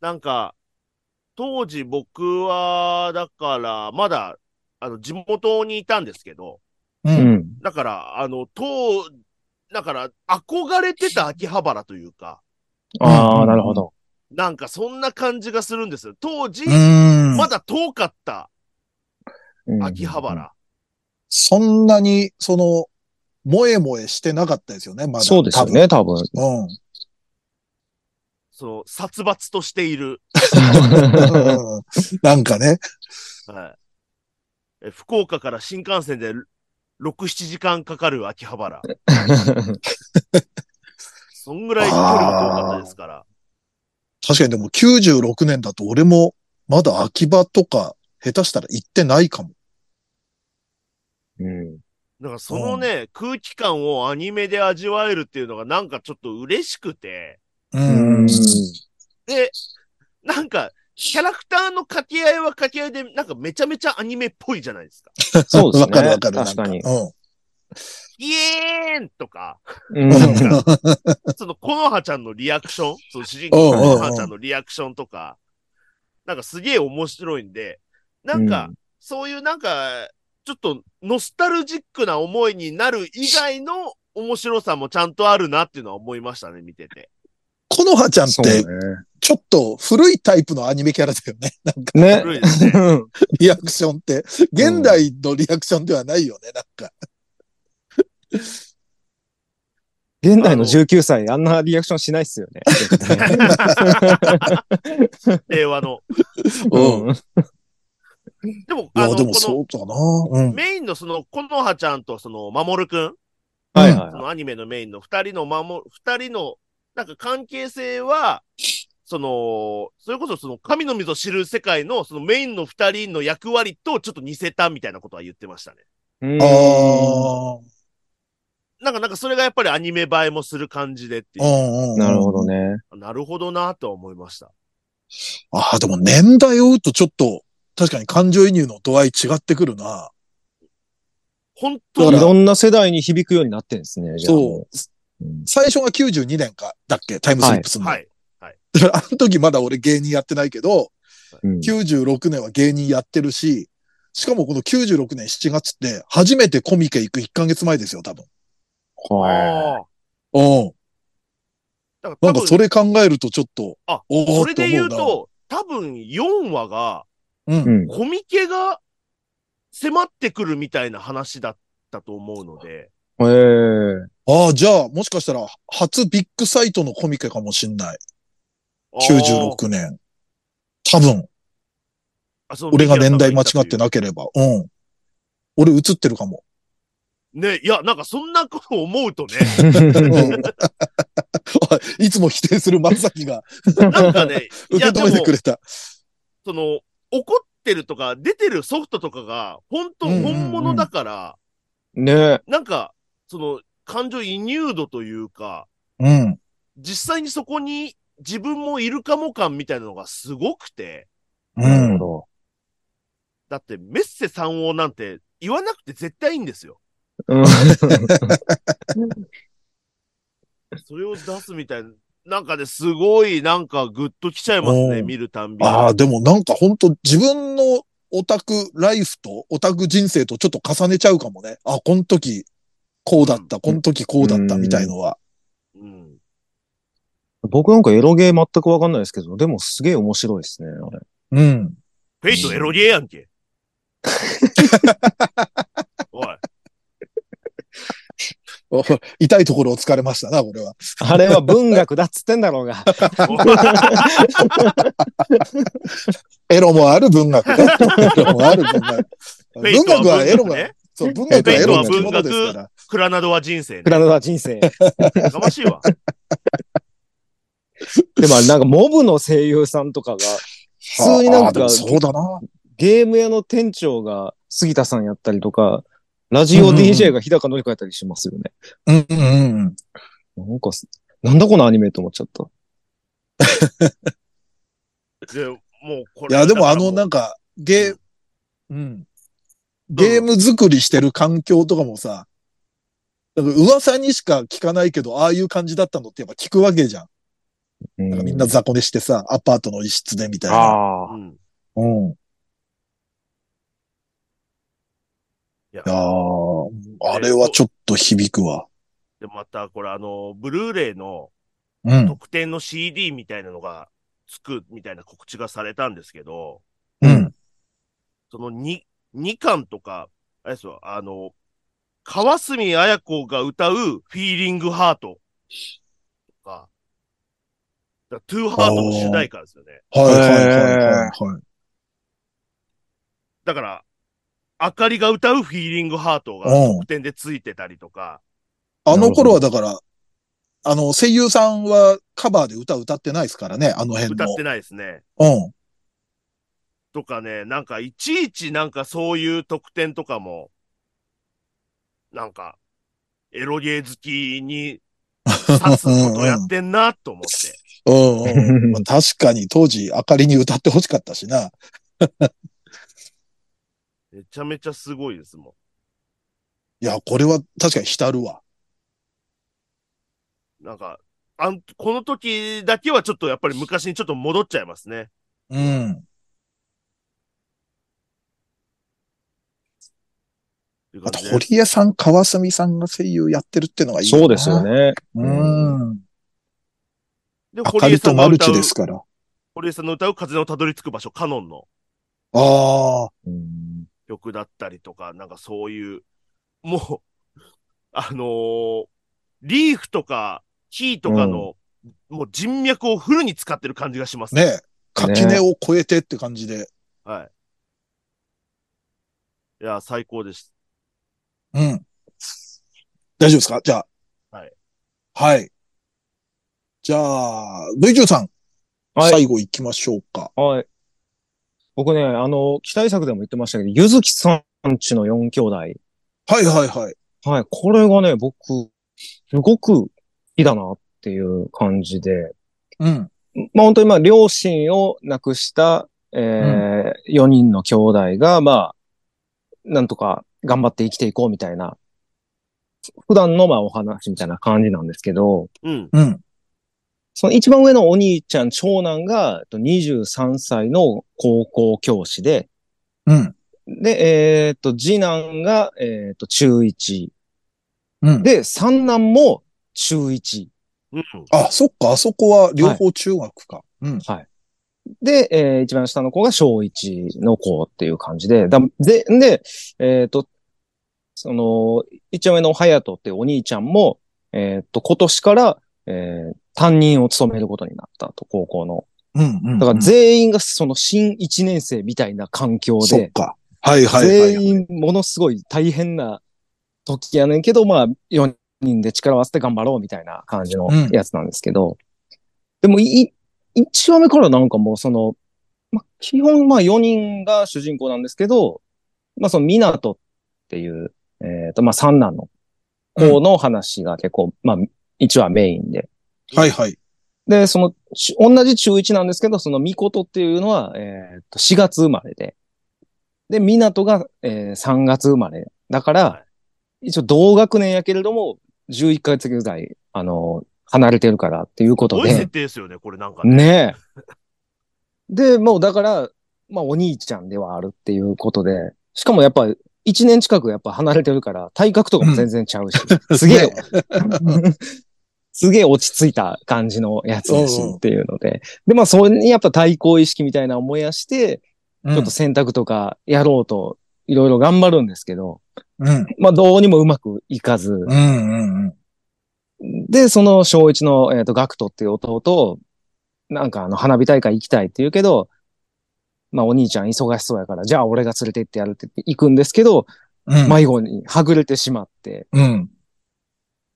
Speaker 4: なんか、当時僕は、だから、まだ、あの、地元にいたんですけど、
Speaker 2: う。
Speaker 3: うんん。
Speaker 4: だから、あの、当、だから、憧れてた秋葉原というか、
Speaker 3: ああ、なるほど。
Speaker 4: なんかそんな感じがするんですよ。当時、
Speaker 2: うん。
Speaker 4: まだ遠かった
Speaker 3: うん
Speaker 4: 秋葉。原。
Speaker 2: そんなに、その、萌え萌えしてなかったですよね、まだ。
Speaker 3: そうですよね、多分。
Speaker 2: 多分。
Speaker 4: その、殺伐としている。
Speaker 2: うん。なんかね。
Speaker 4: はい。え福岡から新幹線で6、7時間かかる秋葉原。そんぐらい距離が遠かったですから。
Speaker 2: 確かにでも96年だと俺もまだ秋葉とか下手したら行ってないかも。
Speaker 3: うん。
Speaker 4: なんかそのね、空気感をアニメで味わえるっていうのがなんかちょっと嬉しくて、
Speaker 2: う
Speaker 3: うん。
Speaker 2: ん。
Speaker 4: で、なんか、キャラクターの掛け合いは掛け合いで、なんかめちゃめちゃアニメっぽいじゃないですか。
Speaker 3: そうですね
Speaker 2: わかるわかる。
Speaker 3: 確かに
Speaker 2: なん
Speaker 4: イエーンとか、
Speaker 3: うん
Speaker 2: かうん。
Speaker 4: その、このはちゃんのリアクション、その主人公のこのはちゃんのリアクションとか、なんかすげえ面白いんで、なんか、そういうなんか、ちょっとノスタルジックな思いになる以外の面白さもちゃんとあるなっていうのは思いましたね、見てて。
Speaker 2: <laughs> このはちゃんっ
Speaker 3: そうね
Speaker 2: て、ちょっと古いタイプのアニメキャラだよね。 <laughs> なんか、
Speaker 3: ね。
Speaker 4: 古いですね。
Speaker 2: リアクションって。現代のリアクションではないよね、なんか。
Speaker 3: 現代の19歳、あんなリアクションしないっすよね。絶対
Speaker 4: 令和の。
Speaker 3: うん。
Speaker 4: でも、
Speaker 2: い
Speaker 4: あ
Speaker 2: や、
Speaker 4: の、
Speaker 2: でも
Speaker 4: こ
Speaker 2: そうだな。う
Speaker 4: の
Speaker 2: ん。
Speaker 4: メインのその、このはちゃんとその、まもるくん、
Speaker 3: はい
Speaker 4: そ
Speaker 3: は
Speaker 4: のアニメのメインの二人のまも、二人の、なんか関係性は、その、それこそその、神の溝知る世界の、そのメインの二人の役割とちょっと似せたみたいなことは言ってましたね。
Speaker 3: いはい。うん
Speaker 2: ああ。
Speaker 4: なんか、なんかそれがやっぱりアニメ映えもする感じでって
Speaker 2: う
Speaker 4: い
Speaker 2: んうん。
Speaker 3: なるほど。ね。
Speaker 4: う。なるほどなとは思いました。
Speaker 2: ああ、でも年代を追うとちょっと、確かに感情移入の度合い違ってくるな。
Speaker 4: 本
Speaker 3: い
Speaker 4: 当
Speaker 2: だか
Speaker 4: に
Speaker 2: ら
Speaker 3: ろんな世代に響くようになってんですね、じゃあもう。うん
Speaker 2: 最初が92年か、だっけタイムスリップするの。
Speaker 4: はい。
Speaker 2: だからあの時まだ俺芸人やってないけど、
Speaker 3: うん
Speaker 2: 96年は芸人やってるし、しかもこの96年7月って、初めてコミケ行く1ヶ月前ですよ、多分。
Speaker 3: は
Speaker 4: ああ。
Speaker 2: うん。
Speaker 4: だか
Speaker 2: な
Speaker 4: ら多
Speaker 2: んか
Speaker 4: 分
Speaker 2: それ考えるとちょっと、
Speaker 4: あ
Speaker 2: おーっと思
Speaker 4: それで言う
Speaker 2: な、
Speaker 4: と、多分4話が、
Speaker 2: う。
Speaker 3: い。うんん。
Speaker 4: コミケが迫ってくるみたいな話だったと思うの
Speaker 2: <laughs>
Speaker 4: で、
Speaker 3: <laughs> へえ。
Speaker 2: ああ、じゃあ、もしかしたら、初ビッグサイトのコミケかもしんない。
Speaker 4: あー。
Speaker 2: 96年。多分、
Speaker 4: あその
Speaker 2: 俺が年代間違って
Speaker 4: い。
Speaker 2: なければ。うん。俺映ってるかも。 <laughs>
Speaker 4: ね、いや、なんかそんなこと思うとね、
Speaker 2: おいいつも否定する松崎が
Speaker 4: なんかね、い
Speaker 2: 受け
Speaker 4: や、で
Speaker 2: 止
Speaker 4: も
Speaker 2: めてくれた。
Speaker 4: その、怒ってるとか、出てるソフトとかが、本当
Speaker 2: うんうんうん
Speaker 4: 本物だから、
Speaker 3: ね
Speaker 4: なんか、その、感情移入度というか、
Speaker 2: うん。
Speaker 4: 実際にそこに自分もいるかも感みたいなのがすごくて、
Speaker 2: う
Speaker 3: なる
Speaker 2: ん。
Speaker 3: ほ
Speaker 4: だってメッセ三王なんて言わなくて絶対いいんですよ。
Speaker 3: ど。うん
Speaker 4: それを出すみたいな。なんかね、すごい、なんかグッときちゃいますね、
Speaker 2: うん
Speaker 4: 見るたんびに。
Speaker 2: ああ、でもなんか本当自分のオタクライフとオタク人生とちょっと重ねちゃうかもね。あ、この時こうだった、この時こうだった
Speaker 3: うん
Speaker 2: みたいのは。
Speaker 4: うん。
Speaker 3: 僕なんかエロゲー全くわかんないですけど、でもすげえ面白いですね、あれ。
Speaker 2: うん。
Speaker 4: フェイトエロゲーやん
Speaker 2: <laughs>
Speaker 4: け。おい。
Speaker 2: お <laughs> 痛いところを疲れましたな、これは。
Speaker 3: あれは文学だっつってん
Speaker 2: <laughs>
Speaker 3: だろうが。
Speaker 2: エロもある文学 <laughs> ね。エロもある文学。
Speaker 4: おい
Speaker 2: 文学はエロが、
Speaker 4: ね。
Speaker 2: そう、文学はエロの
Speaker 4: フェイトは
Speaker 2: 着物
Speaker 4: 文学
Speaker 2: ですから。
Speaker 4: クラナドは人生
Speaker 3: ク
Speaker 4: ね。
Speaker 3: ラノダ人生。
Speaker 4: やかましいわ。
Speaker 3: でもなんかモブの声優さんとかが、普通に
Speaker 2: あ
Speaker 3: な
Speaker 2: あ
Speaker 3: ん
Speaker 2: で
Speaker 3: か
Speaker 2: もそうだな。
Speaker 3: ゲーム屋の店長が杉田さんやったりとか、ラジオ DJ が日高のりこやったりしますよね。
Speaker 2: うんうんうん。
Speaker 3: なんかす、なんだこのアニメと思っちゃった。
Speaker 4: で、もうこ
Speaker 2: い
Speaker 4: れ。
Speaker 2: や、でも
Speaker 4: だ
Speaker 2: あの、
Speaker 4: から
Speaker 2: なんか、ゲー、うん。ゲーム作りしてる環境とかもさ、なんか噂にしか聞かないけど、ああいう感じだったのってやっぱ聞くわけじゃん。
Speaker 3: うん
Speaker 2: なんかみんな雑魚寝してさ、アパートの一室でみたいな。
Speaker 3: あ
Speaker 4: う
Speaker 3: あ。
Speaker 4: ん。
Speaker 2: うん。い
Speaker 4: いや
Speaker 2: やーあれはちょっと響くわ。
Speaker 4: で、また、これ、あの、ブルーレイの
Speaker 2: うん。
Speaker 4: 特典の CD みたいなのがつくみたいな告知がされたんですけど、
Speaker 2: うん。
Speaker 4: その2、2巻とか、あれですよ、あの、川澄彩子が歌うフィーリングハートとか、だトゥーハートの主題歌ですよね。
Speaker 2: はいはいはいはいはい。
Speaker 4: だから、あかりが歌うフィーリングハートが
Speaker 2: うん
Speaker 4: 特典でついてたりとか、
Speaker 2: あの頃はだから、あの、声優さんはカバーで歌歌ってないですからね、あの辺
Speaker 4: 歌
Speaker 2: の。
Speaker 4: ってないですね。
Speaker 2: うん。
Speaker 4: とかね、なんかいちいちなんかそういう特典とかも、なんか、エロゲー好きに刺すことやってんなと思って。
Speaker 2: うんうん、まあ確かに当時、明かりに歌ってほしかったしな。
Speaker 4: めちゃめちゃすごいですも
Speaker 2: いや、これは確かに浸るわ。
Speaker 4: ん。なんか、あん、この時だけはちょっとやっぱり昔にちょっと戻っちゃいますね。
Speaker 2: うん。
Speaker 4: っていう
Speaker 2: あ
Speaker 4: 感
Speaker 2: と、
Speaker 4: じで
Speaker 2: 堀江さん、川澄さんが声優やってるってのがいいな
Speaker 3: そうですよ。ね。
Speaker 2: うん。
Speaker 4: で、
Speaker 2: 明か
Speaker 4: 堀江
Speaker 2: り
Speaker 4: さ
Speaker 2: と
Speaker 4: んが
Speaker 2: マル
Speaker 4: 歌
Speaker 2: チ
Speaker 4: う
Speaker 2: で、すから。
Speaker 4: 堀江さんの歌う風のたどり着く場所、カノンの
Speaker 2: ああ、
Speaker 3: うん
Speaker 4: 曲だったりとか、なんかそういう、もう、 <laughs> あのーリーフとか、キーとかの、もう人脈をフルに使ってる感じがします
Speaker 2: ねえ。垣根を越えてって感じで。
Speaker 4: いや、最高です。
Speaker 2: うん。大丈夫ですかじゃあ。
Speaker 4: はい。
Speaker 2: はい。じゃあ、V ジさん、
Speaker 3: はい。
Speaker 2: 最後行きましょうか。
Speaker 3: はい。僕ね、あの、期待作でも言ってましたけど、ゆずきさんちの4兄弟。
Speaker 2: はいはいはい。
Speaker 3: はい。これがね、僕、すごく好きだなっていう感じで。
Speaker 2: うん。
Speaker 3: まあ本当にまあ両親を亡くした、えー4人の兄弟が、まあ、なんとか頑張って生きていこうみたいな、普段のまあお話みたいな感じなんですけど、
Speaker 4: うん。
Speaker 2: うん。
Speaker 3: その一番上のお兄ちゃん、長男がえっと23歳の高校教師で、
Speaker 2: うん。
Speaker 3: で、えーっと、次男が、えーっと、中1。
Speaker 2: うん。
Speaker 3: で、三男も中1。
Speaker 4: うん。
Speaker 2: あ、そっか、あそこは両方中学か。うん。
Speaker 3: で、えー一番下の子が小一の子っていう感じで、だで、で、えっ、と、その、一応上の隼人っていうお兄ちゃんも、えっ、と、今年から、えー担任を務めることになったと、高校の。
Speaker 2: うん。うん。
Speaker 3: だから
Speaker 2: 全
Speaker 3: 全員がその新一年生みたいな環境
Speaker 2: そっ
Speaker 3: で、
Speaker 2: か。はいはいはい。
Speaker 3: 全員ものすごい大変な時やねんけど、まあ、4人で力を合わせて頑張ろうみたいな感じのやつなんですけど、でも、い、1話目からなんかもうその、まあ、基本まあ4人が主人公なんですけど、まあその港っていう、えっ、とまあ三男の子の話が結構、まあ1話メインで、
Speaker 2: はいはい。
Speaker 3: で、その、ち同じ中1なんですけど、その、みことっていうのは、えーっと、4月生まれで。で、みなとが、えー3月生まれ。だから、
Speaker 4: は
Speaker 3: 一応同学年やけれども、11ヶ月ぐらい、あの、離れてるからっていうこ
Speaker 4: す
Speaker 3: と
Speaker 4: ごい設
Speaker 3: で。
Speaker 4: 定ですよね、これなんかね。
Speaker 3: ねえ。で、もうだから、まあ、お兄ちゃんではあるっていうことで。しかもやっぱ、1年近くやっぱ離れてるから、体格とかも全然ちゃうし。すげえ
Speaker 2: ね、
Speaker 3: <laughs> すげえ落ち着いた感じのやつだし
Speaker 2: うんうん
Speaker 3: っていうので。で、まあ、それにやっぱ対抗意識みたいなのを燃やして、
Speaker 2: うん
Speaker 3: ちょっと選択とかやろうと、いろいろ頑張るんですけど、
Speaker 2: うん。
Speaker 3: まあ、どうにもうまくいかず
Speaker 2: う。んうんうん。
Speaker 3: で、その小一の、えっ、と、ガクトっていう弟を、なんかあの、花火大会行きたいって言うけど、まあ、お兄ちゃん忙しそうやから、じゃあ俺が連れて行ってやるって言って行くんですけど、
Speaker 2: うん。
Speaker 3: 迷子にはぐれてしまって、
Speaker 2: うん。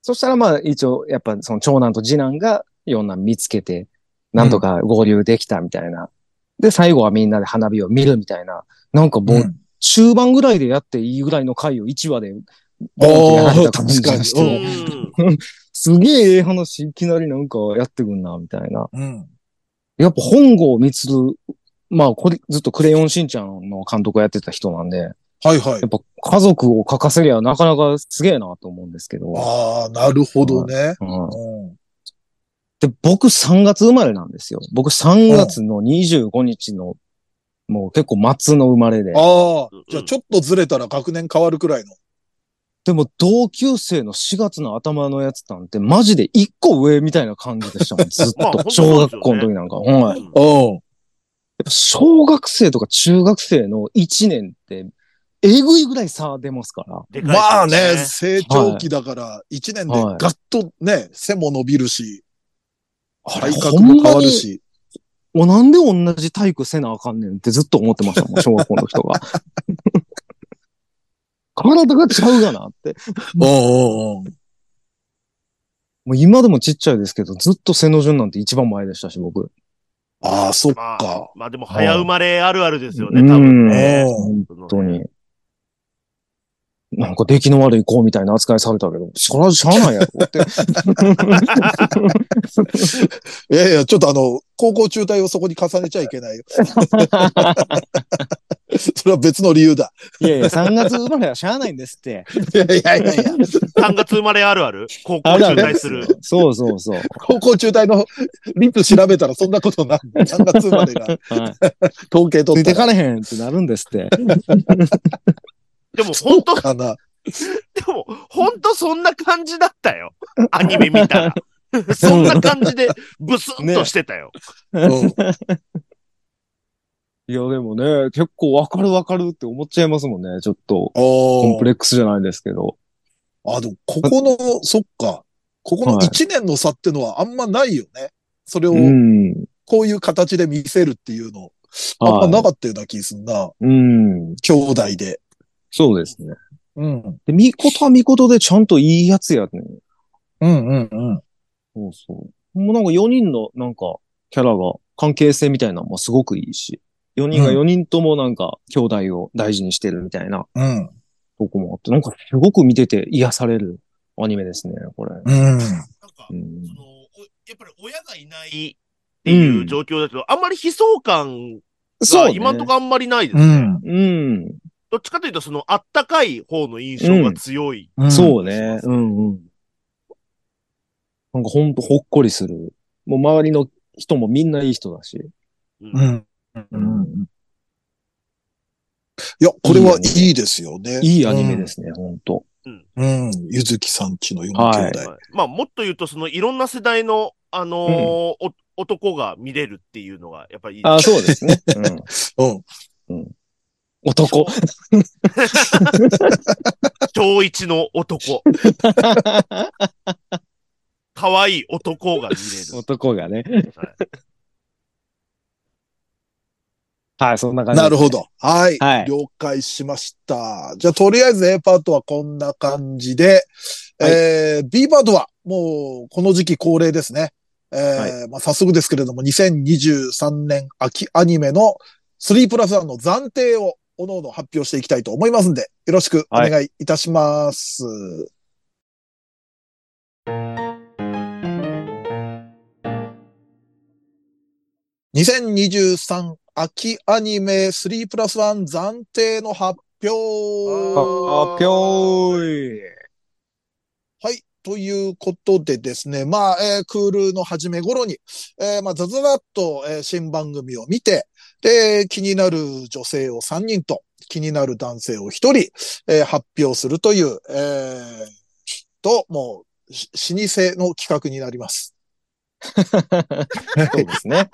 Speaker 3: そしたらまあ一応やっぱその長男と次男が四男見つけて、なんとか合流できたみたいな。で、最後はみんなで花火を見るみたいな。なんかも
Speaker 2: う
Speaker 3: う、
Speaker 2: ん。
Speaker 3: 中盤ぐらいでやっていいぐらいの回を1話で、
Speaker 2: お
Speaker 3: ボンってやられ
Speaker 2: ー、
Speaker 3: た感じ
Speaker 2: 確か
Speaker 3: が
Speaker 2: に
Speaker 3: し。
Speaker 4: う
Speaker 3: て
Speaker 4: ん。
Speaker 3: すげえええ話、いきなりなんかやってくんな、みたいな。
Speaker 2: うんうん。
Speaker 3: やっぱ本郷光、まあこれずっとクレヨンしんちゃんの監督をやってた人なんで、や
Speaker 2: はいはい
Speaker 3: っ。ぱ家族を書かせりゃなかなかすげえなと思うんですけど。
Speaker 2: ああ、なるほどね。
Speaker 3: うん
Speaker 2: うん。
Speaker 3: で、僕3月生まれなんですよ。僕3月の25日の、もう結構末の生まれで。
Speaker 2: ああ、じゃあちょっとずれたら学年変わるくらいの。
Speaker 3: でも同級生の4月の頭のやつなんてマジで1個上みたいな感じで
Speaker 4: <laughs>
Speaker 3: したもん。ずっ
Speaker 4: まあ本当
Speaker 3: と。
Speaker 4: そう
Speaker 3: 小
Speaker 4: ですよね
Speaker 3: 学校の時なんか。はい。やっ
Speaker 2: うん。
Speaker 3: ぱ小学生とか中学生の1年って、えぐいぐらい差出ますから。
Speaker 4: でかいですね
Speaker 2: まあね、成長期だから、一年でガッとね、背も伸びるし、
Speaker 3: あれ、
Speaker 2: 体
Speaker 3: ほ
Speaker 2: 格
Speaker 3: ん
Speaker 2: も変
Speaker 3: ま
Speaker 2: わる
Speaker 3: に、
Speaker 2: し。
Speaker 3: おなんで同じ体育せなあかんねんってずっと思ってましたもん、小学校の人が。 <laughs> 体がちゃうがなって。
Speaker 2: うんうんうん。
Speaker 3: もう今でもちっちゃいですけど、ずっと背の順なんて一番前でしたし、僕。
Speaker 2: ああ、そっ
Speaker 4: ま
Speaker 2: か
Speaker 4: あ。、まあでも早生まれあるあるですよね、
Speaker 3: うん
Speaker 4: 多分ね。
Speaker 2: うん
Speaker 3: 本当に。なんか出来の悪い子みたいな扱いされたけど、そらしゃあないやろって。
Speaker 2: いやいや、ちょっとあの、高校中退をそこに重ねちゃいけないよ。 <laughs> それは別の理由だ。
Speaker 3: <laughs> いやいや、3月生まれはしゃあないんですって。
Speaker 2: いやいやいやいや。
Speaker 4: 3月生まれあるある高校中退する。
Speaker 3: そうそうそう。
Speaker 2: 高校中退のリップ調べたらそんなことな、3月生まれが
Speaker 3: はい
Speaker 2: 統計
Speaker 3: つ
Speaker 2: 取
Speaker 3: い
Speaker 2: ってて
Speaker 3: かれへんってなるんですって。
Speaker 4: でも本当、で
Speaker 2: かな。
Speaker 4: も本当そんな感じだったよ。アニメ見た <laughs> ら。そんな感じでブスッとしてたよ。
Speaker 2: うん
Speaker 3: いや、でもね、結構わかるわかるって思っちゃいますもんね。ちょっと、コン
Speaker 2: お
Speaker 3: プ
Speaker 2: ー
Speaker 3: レックスじゃないですけど。
Speaker 2: あ、でもここの、そっか。ここの
Speaker 3: はい
Speaker 2: 1年の差ってのはあんまないよね。それを
Speaker 3: うん。
Speaker 2: こういう形で見せるっていうの、あんま
Speaker 3: は。
Speaker 2: ないかったような気すんな。
Speaker 3: うん。
Speaker 2: 兄弟で。
Speaker 3: そうですね。
Speaker 2: うん。
Speaker 3: で、みことはみことでちゃんといいやつやね。
Speaker 2: うんうんうん。
Speaker 3: そうそう。もうなんか4人のなんかキャラが関係性みたいなのもすごくいいし、4人が
Speaker 2: うん
Speaker 3: 4人ともなんか兄弟を大事にしてるみたいな
Speaker 2: うん。
Speaker 3: とこもあって、なんかすごく見てて癒されるアニメですね、これ。
Speaker 2: うん。
Speaker 4: なんか
Speaker 3: う、ん
Speaker 4: その、おやっぱり親がいないっていう状況だけど、あんまり悲壮感が
Speaker 3: ね
Speaker 4: 今んとこあんまりないです
Speaker 2: う
Speaker 4: ね。
Speaker 2: ん。
Speaker 3: うん。
Speaker 4: どっちかというと、その、あったかい方の印象が強い。
Speaker 2: うん
Speaker 3: そうね。うんうん。なんかほんとほっこりする。もう周りの人もみんないい人だし。
Speaker 4: うん
Speaker 2: うん。うんいや、これはいいですよね。
Speaker 3: いいアニメですね、ほんと。
Speaker 2: うん。うん。ゆずきさんちの4兄弟。
Speaker 4: はいまあ、もっと言うと、その、いろんな世代の、あのーお男が見れるっていうのが、やっぱりいい。
Speaker 3: あそうですね。うん。
Speaker 2: うん。
Speaker 3: 男。
Speaker 4: 小一の男。可愛い男が見れる。
Speaker 3: 男がね。はい、そんな感じで
Speaker 2: な
Speaker 3: す。
Speaker 2: るほど。はい。
Speaker 3: はい
Speaker 2: 了解しました。じゃあ、とりあえず A パートはこんな感じで、
Speaker 3: はい
Speaker 2: えー、B パートはもうこの時期恒例ですね。えーまあ、早速ですけれども、2023年秋アニメの3プラス1の暫定をおのおの発表していきたいと思いますんで、よろしくお願いいたします。2023秋アニメ3プラス1暫定の発表。
Speaker 3: あぴょーい。
Speaker 2: はい。ということでですね、まあ、えークールの始め頃に、えーまあ、ザザザッと、えー新番組を見て、で、気になる女性を3人と、気になる男性を1人、えー発表するという、えーと、もう、し老舗の企画になります。
Speaker 3: そうですね。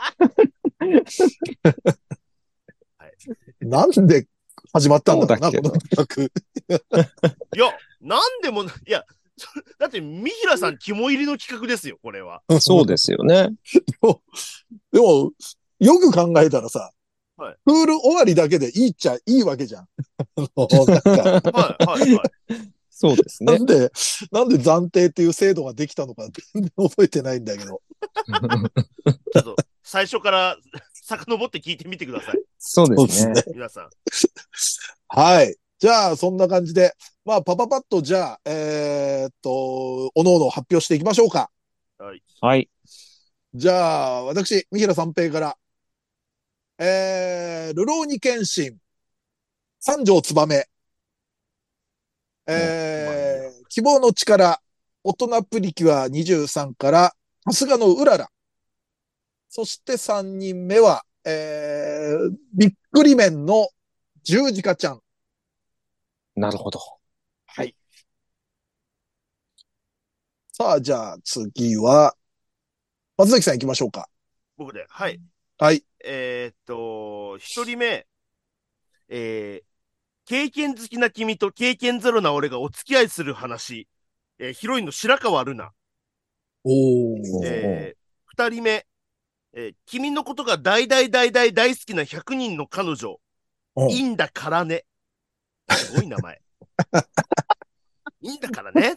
Speaker 2: なんで始まったんだろうな、
Speaker 3: そうだ
Speaker 2: こ
Speaker 3: けど
Speaker 2: の企
Speaker 4: いや、なんでもな、いや、それだって、三平さん肝入りの企画ですよ、これは。
Speaker 2: 画。
Speaker 3: そう
Speaker 2: で。
Speaker 3: ですよね。
Speaker 2: でも、よく考えたらさ、
Speaker 4: はい
Speaker 2: クール終わりだけでいいっちゃいいわけじゃん。
Speaker 3: <laughs>
Speaker 2: あのなんか
Speaker 4: はい、はい、はい。
Speaker 3: そうです
Speaker 2: な
Speaker 3: ね。
Speaker 2: んで、なんで暫定っていう制度ができたのか全然覚えてないんだけど。
Speaker 4: ちょっと、最初から <laughs> 遡って聞いてみてください、
Speaker 3: そうです
Speaker 2: そう
Speaker 3: ね
Speaker 2: で。
Speaker 4: 皆さん。
Speaker 2: はい。じゃあ、そんな感じで、まあ、パパパッと、じゃあ、えーっと、おのおの発表していきましょうか。
Speaker 4: はい。
Speaker 3: はい。
Speaker 2: じゃあ、私、三平三平から、えー、ルローニケンシン、三条つばめ、えー、希望の力、大人プリキュア23から、春日のうらら。そして3人目は、えー、びっくりメンの十字架ちゃん。
Speaker 3: なるほど。
Speaker 2: さあ、じゃあ次は、松崎さん行きましょうか。
Speaker 4: 僕で、はい。
Speaker 2: はい。
Speaker 4: えーっと、一人目、えー、経験好きな君と経験ゼロな俺がお付き合いする話、えーヒロインの白川ルナ、
Speaker 2: お
Speaker 3: おー
Speaker 4: えー、二人目、えー君のことが大大大大大好きな100人の彼女、
Speaker 2: お
Speaker 4: インダからね。すごい名
Speaker 3: <laughs>
Speaker 4: 前。インダからね。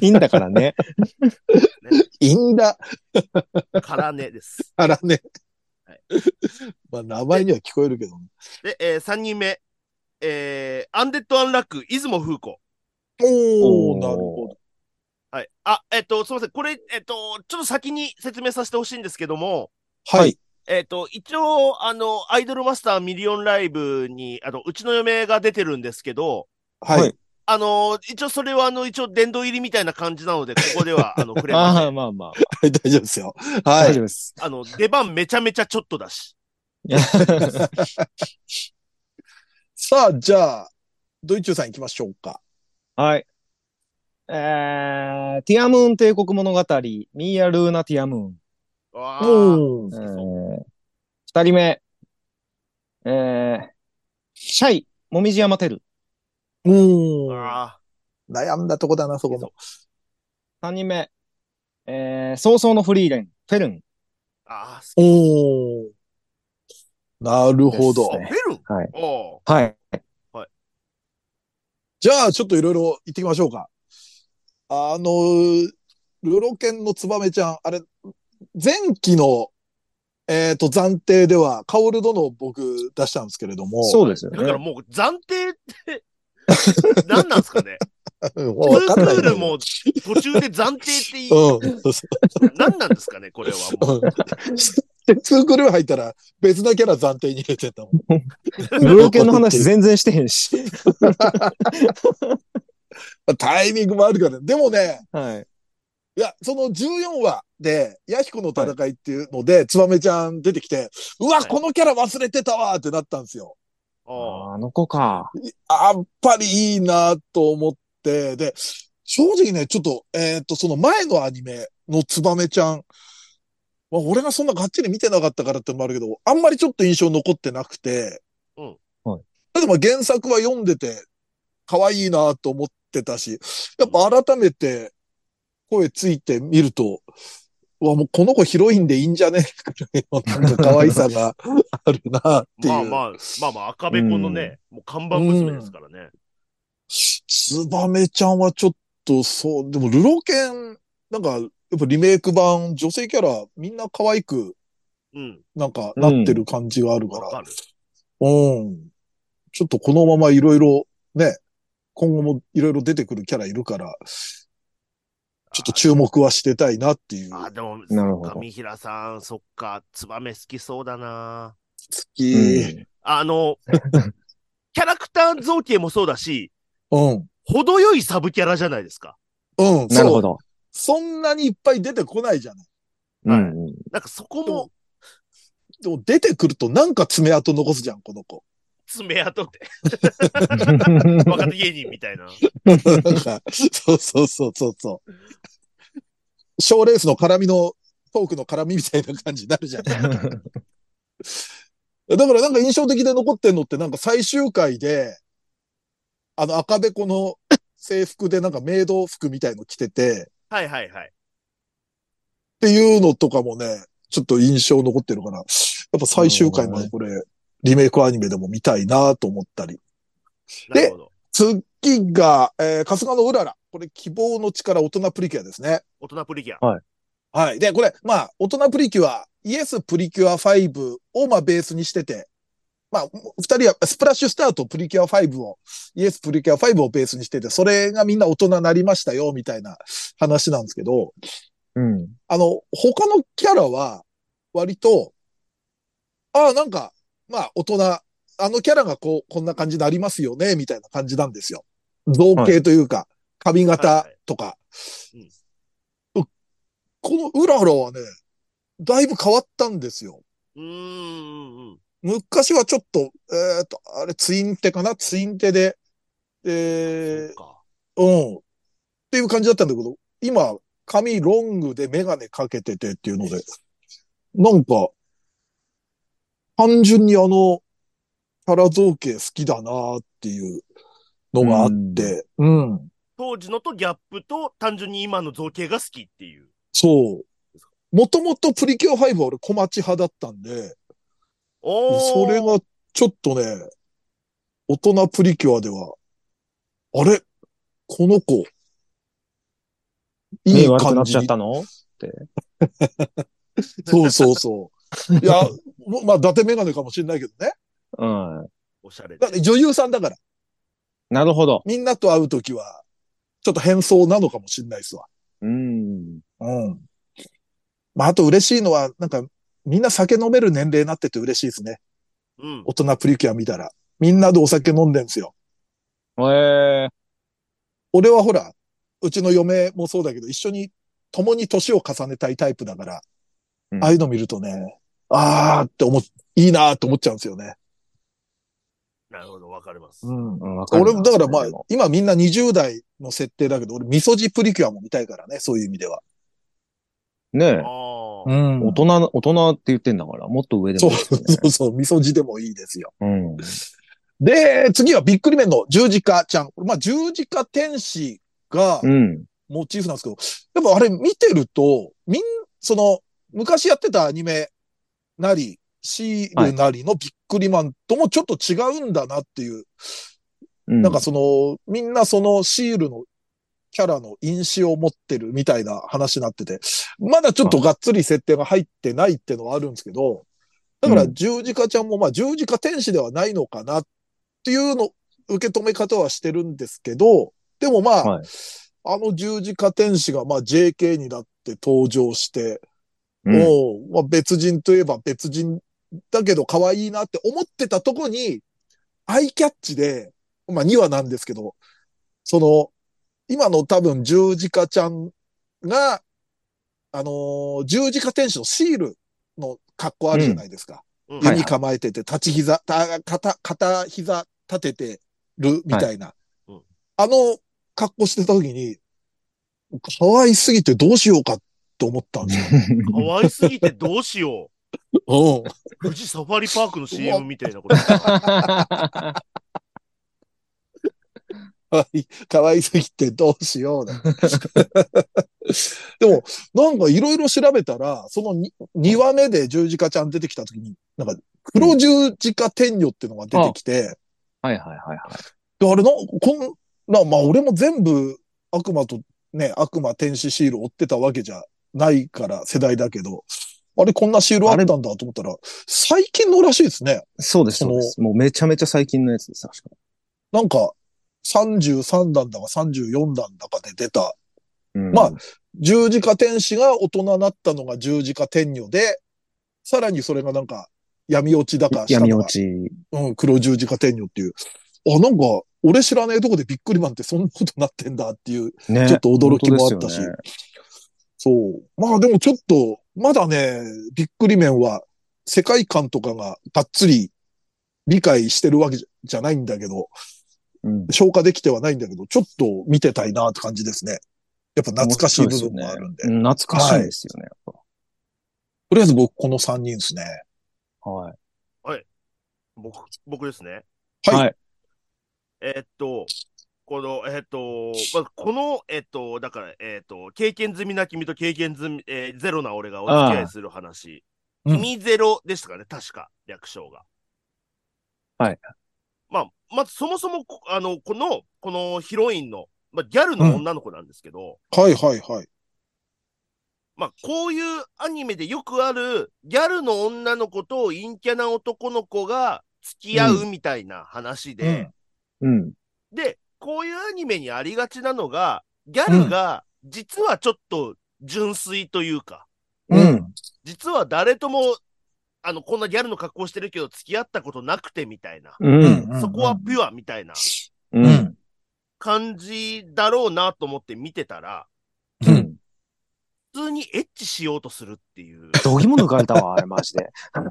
Speaker 3: いいんだからね。
Speaker 2: インダ
Speaker 4: からねです。
Speaker 2: からね
Speaker 4: は。
Speaker 2: <laughs> まあ、名前には聞こえるけどね。
Speaker 4: で、えー、3人目、えー、アンデッド・アンラック、出雲風子。
Speaker 2: お
Speaker 3: お
Speaker 2: お
Speaker 3: ー
Speaker 2: なるほど。
Speaker 4: はい。あ、えっと、すみません。これ、えっと、ちょっと先に説明させてほしいんですけども、
Speaker 2: はい。
Speaker 4: えっと、一応、あの、アイドルマスターミリオンライブに、あの、うちの嫁が出てるんですけど、
Speaker 2: は
Speaker 3: はいい。
Speaker 4: あの、一応それは、あの、一応殿堂入りみたいな感じなので、ここでは、あの、触れませ
Speaker 3: <laughs> あ
Speaker 4: ん。
Speaker 3: あ、まあまあ。
Speaker 2: 大丈夫ですよ。は
Speaker 3: 大丈
Speaker 2: い。
Speaker 3: 夫です。
Speaker 4: あの、出番めちゃめちゃちょっとだし。
Speaker 2: さあ、じゃあ、ドイチューさん行きましょうか。
Speaker 3: はい。えー、ティアムーン帝国物語、ミーア・ルーナ・ティアムーン。
Speaker 4: あー
Speaker 2: おー
Speaker 3: えー二人目、えー、シャイ、もみじ山てる。
Speaker 2: おー
Speaker 4: あ
Speaker 2: 悩んだとこだな、そこも。
Speaker 3: 三人目、えー、早々のフリーレン、フェルン。
Speaker 4: ー、あー、
Speaker 2: おーなるほど。
Speaker 3: です
Speaker 4: あ
Speaker 3: ね
Speaker 4: フェルン
Speaker 3: はい。
Speaker 4: おー
Speaker 3: はい。
Speaker 2: じゃあ、ちょっといろいろ行ってきましょうか。あのー、ルロケンのツバメちゃん、あれ、前期の、えっ、と、暫定では、カオル殿を僕出したんですけれども。
Speaker 3: そうですよ
Speaker 4: だから
Speaker 3: ね。
Speaker 4: もう暫定っ
Speaker 2: <laughs>
Speaker 4: て、何なんですかね
Speaker 2: うん。
Speaker 4: ツ
Speaker 2: もう
Speaker 4: ー
Speaker 2: わ
Speaker 4: ク
Speaker 2: かんな
Speaker 4: ー
Speaker 2: いけど
Speaker 4: ル。も途中で暫定っていい
Speaker 2: うん。そうそ
Speaker 4: 何なんですかねこれは
Speaker 2: <laughs>
Speaker 4: もう。
Speaker 2: う。うんで、ツークルー入ったら、別なキャラ暫定に入れてたもん。
Speaker 3: ルロケンの
Speaker 2: <laughs>
Speaker 3: 話全然してへんし。
Speaker 2: タイミングもあるから。でもね、
Speaker 3: はい。
Speaker 2: いや、その14話で、ヤヒコの戦いっていうので、ツバメちゃん出てきて、うわ、
Speaker 4: はい
Speaker 2: このキャラ忘れてたわーってなったんですよ。
Speaker 4: あ
Speaker 3: あの子か。
Speaker 2: やっぱりいいなと思って、で、正直ね、ちょっと、えっ、と、その前のアニメのツバメちゃん、まあ、俺がそんながっちり見てなかったからってのもあるけど、あんまりちょっと印象残ってなくて、
Speaker 4: うん
Speaker 3: はい
Speaker 2: ただまあ原作は読んでて、可愛いなと思ってたし、やっぱ改めて声ついてみると、うわ、もうこの子ヒロインでいいんじゃね <laughs> えかぐらいのなんか可愛さがあるなっていう。
Speaker 4: まあまあ、まあまあ、赤べこのね、もう看板娘ですからね。
Speaker 2: ツバメちゃんはちょっと、そう、でも、ルロケン、なんか、やっぱリメイク版、女性キャラ、みんな可愛く、
Speaker 4: うん。
Speaker 2: なんか、なってる感じがあるか
Speaker 4: わか、
Speaker 2: ら
Speaker 4: る。
Speaker 2: うん。ちょっとこのままいろいろ、ね、今後もいろいろ出てくるキャラいるから、ちょっと注目はしてたいなっていう。
Speaker 4: あ、
Speaker 2: 好
Speaker 4: でも、
Speaker 3: なるほど
Speaker 4: 上平さん、そっか、ツバメ好きそうだな。
Speaker 3: う
Speaker 2: き。
Speaker 3: ん
Speaker 4: あの、キャラクター造形もそうだし、
Speaker 2: うん。
Speaker 4: 程よいサブキャラじゃないですか。
Speaker 2: うん。
Speaker 3: なるほ
Speaker 2: ど。
Speaker 3: ど。
Speaker 2: そんなにいっぱい出てこないじゃない。
Speaker 3: う
Speaker 4: はい
Speaker 3: んうん。
Speaker 4: なんかそこ
Speaker 2: でも
Speaker 4: も
Speaker 2: でも出てくるとなんか爪痕残すじゃん、この子。
Speaker 4: 爪痕って、若手芸人みたいな。
Speaker 2: <laughs> なんか、そうそうそうそうそう。賞レースの絡みの、トークの絡みみたいな感じになるじゃん。だからなんか印象的で残ってんのってなんか最終回で、あの赤べこの制服でなんかメイド服みたいの着てて、
Speaker 4: はいはいはい。
Speaker 2: っていうのとかもね、ちょっと印象残ってるから、やっぱ最終回までこれ、リメイクアニメでも見たいなと思ったり。
Speaker 4: なるほど。
Speaker 2: 次が、えー、春日のうらら。これ希望の力大人プリキュアですね。
Speaker 4: 大人プリキュア。
Speaker 2: はい。で、これ、まあ、大人プリキュア、イエスプリキュア5を、まあ、ベースにしてて、まあ、二人は、スプラッシュスタートプリキュア5を、イエスプリキュア5をベースにしてて、それがみんな大人になりましたよ、みたいな話なんですけど、
Speaker 3: うん。
Speaker 2: あの、他のキャラは、割と、ああ、なんか、まあ、大人、あのキャラがこう、こんな感じになりますよね、みたいな感じなんですよ。造形というか、髪型とか。
Speaker 4: いはい
Speaker 2: うんこのウラウラはね、だいぶ変わったんですよ。
Speaker 4: うーん。
Speaker 2: 昔はちょっと、えっ、と、あれ、ツインテかなツインテで、
Speaker 4: そ
Speaker 2: え
Speaker 4: うか。
Speaker 2: ー、うん。っていう感じだったんだけど、今、髪ロングでメガネかけててっていうので、なんか、単純にあの、キャラ造形好きだなって <laughs> いうのがあって、うん。
Speaker 4: 当時のとギャップと単純に今の造形が好きっていう。
Speaker 2: そう。もともとプリキュア5は俺小町派だったんで、
Speaker 4: おー
Speaker 2: それがちょっとね、大人プリキュアでは、あれこの子、い
Speaker 3: 目
Speaker 2: い
Speaker 3: 悪くな
Speaker 2: 感
Speaker 3: っ
Speaker 2: じ
Speaker 3: ちゃっ
Speaker 2: に。
Speaker 3: たの
Speaker 2: そうそうそう。いや、もうまあ、伊達メガネかもしれないけどね。
Speaker 3: うん。
Speaker 4: おしゃれで
Speaker 2: だっ。て女優さんだから、
Speaker 3: なるほど。
Speaker 2: みんなと会うときは、ちょっと変装なのかもしれないですわ。
Speaker 3: うん。
Speaker 2: うん。まあ、あと嬉しいのは、なんか、みんな酒飲める年齢になってて嬉しいですね。
Speaker 4: うん。
Speaker 2: 大人プリキュア見たら。みんなでお酒飲んでんすよ。
Speaker 3: ええ
Speaker 2: 俺はほら、うちの嫁もそうだけど、一緒に、共に年を重ねたいタイプだから、
Speaker 3: うん
Speaker 2: ああいうの見るとね、あーって思っ、いいなーって思っちゃうんですよね。
Speaker 4: なるほど、わかります。
Speaker 2: ん。
Speaker 3: うんわかるな
Speaker 2: 俺、だからまあ
Speaker 3: それでも、
Speaker 2: 今みんな20代の設定だけど、俺、味噌汁プリキュアも見たいからね、そういう意味では。
Speaker 3: ねえ
Speaker 4: あ。あ。
Speaker 2: ん
Speaker 3: 大人の、大人って言ってんだから、もっと上で
Speaker 2: そ
Speaker 3: も
Speaker 2: う
Speaker 3: いいで
Speaker 2: そ
Speaker 3: すよね。
Speaker 2: うそう、味噌汁でもいいですよ。
Speaker 3: うん。
Speaker 2: で、次はびっくりメンの十字架ちゃん。これまあ、十字架天使が
Speaker 3: うん。
Speaker 2: モチーフなんですけど、やっぱあれ見てると、みん、その、昔やってたアニメなり、シールなりのびっくりマンともちょっと違うんだなっていう、
Speaker 3: うん。
Speaker 2: なんかその、みんなそのシールのキャラの印紙を持ってるみたいな話になってて、まだちょっとがっつり設定が入ってないってのはあるんですけど、だか
Speaker 3: う
Speaker 2: ら
Speaker 3: ん
Speaker 2: 十字架ちゃんもまあ十字架天使ではないのかなっていうの、受け止め方はしてるんですけど、でもまあ、
Speaker 3: はい
Speaker 2: あの十字架天使がまあ JK になって登場して、
Speaker 3: うん、
Speaker 2: おうまあ、別人といえば別人だけど可愛いなって思ってたとこに、アイキャッチで、まあ2話なんですけど、その、今の多分十字架ちゃんが、あのー十字架天使のシールの格好あるじゃないですか。
Speaker 4: うん
Speaker 3: は
Speaker 2: 手
Speaker 3: い
Speaker 2: に構えてて、立ち膝、た片、片膝立ててるみたいな。
Speaker 4: うん
Speaker 2: あの格好してた時に、可愛すぎてどうしようかって思ったんですよ。
Speaker 4: か
Speaker 3: <laughs>
Speaker 4: わいすぎてどうしよ
Speaker 2: うん
Speaker 4: う。富士サファリパークの CM みたいなこ
Speaker 2: 可愛い、可愛すぎてどうしようだ。でも、なんかいろいろ調べたら、その 2, 話目で十字架ちゃん出てきたときに、なんか黒十字架天女っていうのが出てきて、
Speaker 3: はいはいはいは
Speaker 2: であれの、こんな、まあ俺も全部悪魔とね、悪魔天使シール追ってたわけじゃないから世代だけど、あれこんなシールあったんだと思ったら、最近のらしいですね。
Speaker 3: い。そうです、
Speaker 2: その
Speaker 3: そうです。もうめちゃめちゃ最近のやつです、確か。
Speaker 2: なんか、33段だか34段だかで出た
Speaker 3: うん
Speaker 2: まあ、十字架天使が大人になったのが十字架天女で、さらにそれがなんか闇落ちだかしたのが
Speaker 3: 闇落ち。
Speaker 2: うん、黒十字架天女っていう。あ、なんか、俺知らねえとこでびっくりマンってそんなことなってんだっていう、
Speaker 3: ね。
Speaker 2: ちょっと驚きもあったし。
Speaker 3: 本当で
Speaker 2: そう。まあでもちょっと、まだね、びっくり面は世界観とかががっつり理解してるわけじゃじゃないんだけど、
Speaker 3: すよね
Speaker 2: 消化できてはないんだけど、ちょっと見てたいなって感じですね。やっぱ懐かしい部分もあるんで。
Speaker 3: うん。懐かしいですよね。やっ
Speaker 2: とりあえず僕この3人ですね。
Speaker 3: ぱはい。
Speaker 4: 僕、僕ですね。
Speaker 2: はい
Speaker 3: はい。
Speaker 4: えーっと、この、えーっと、まあ、この、えーっと、だから、えーっと、経験済みな君と経験済み、えーゼロな俺がお付き合いする話。
Speaker 2: ああうん
Speaker 4: 君ゼロでしたかね、確か、略称が。
Speaker 3: はい。
Speaker 4: まあ、まずそもそも、こあの、この、このヒロインの、まあ、ギャルの女の子なんですけど、
Speaker 2: はいはいはい。
Speaker 4: まあ、こういうアニメでよくある、ギャルの女の子と陰キャな男の子が付き合うみたいな話で、
Speaker 3: うん。
Speaker 4: で、こういうアニメにありがちなのが、ギャルが、実はちょっと純粋というか、
Speaker 2: うん
Speaker 3: うん。
Speaker 4: 実は誰とも、あの、こんなギャルの格好してるけど付き合ったことなくてみたいな、
Speaker 3: う。
Speaker 2: うんん
Speaker 4: そこはピュアみたいな
Speaker 3: うん。うん。
Speaker 4: 感じだろうなと思って見てたら、
Speaker 2: う
Speaker 3: うんん。
Speaker 4: 普通にエッチしようとするっていう。
Speaker 3: どぎも抜かれたわ、あれマジ
Speaker 2: <laughs>
Speaker 3: で。
Speaker 2: だか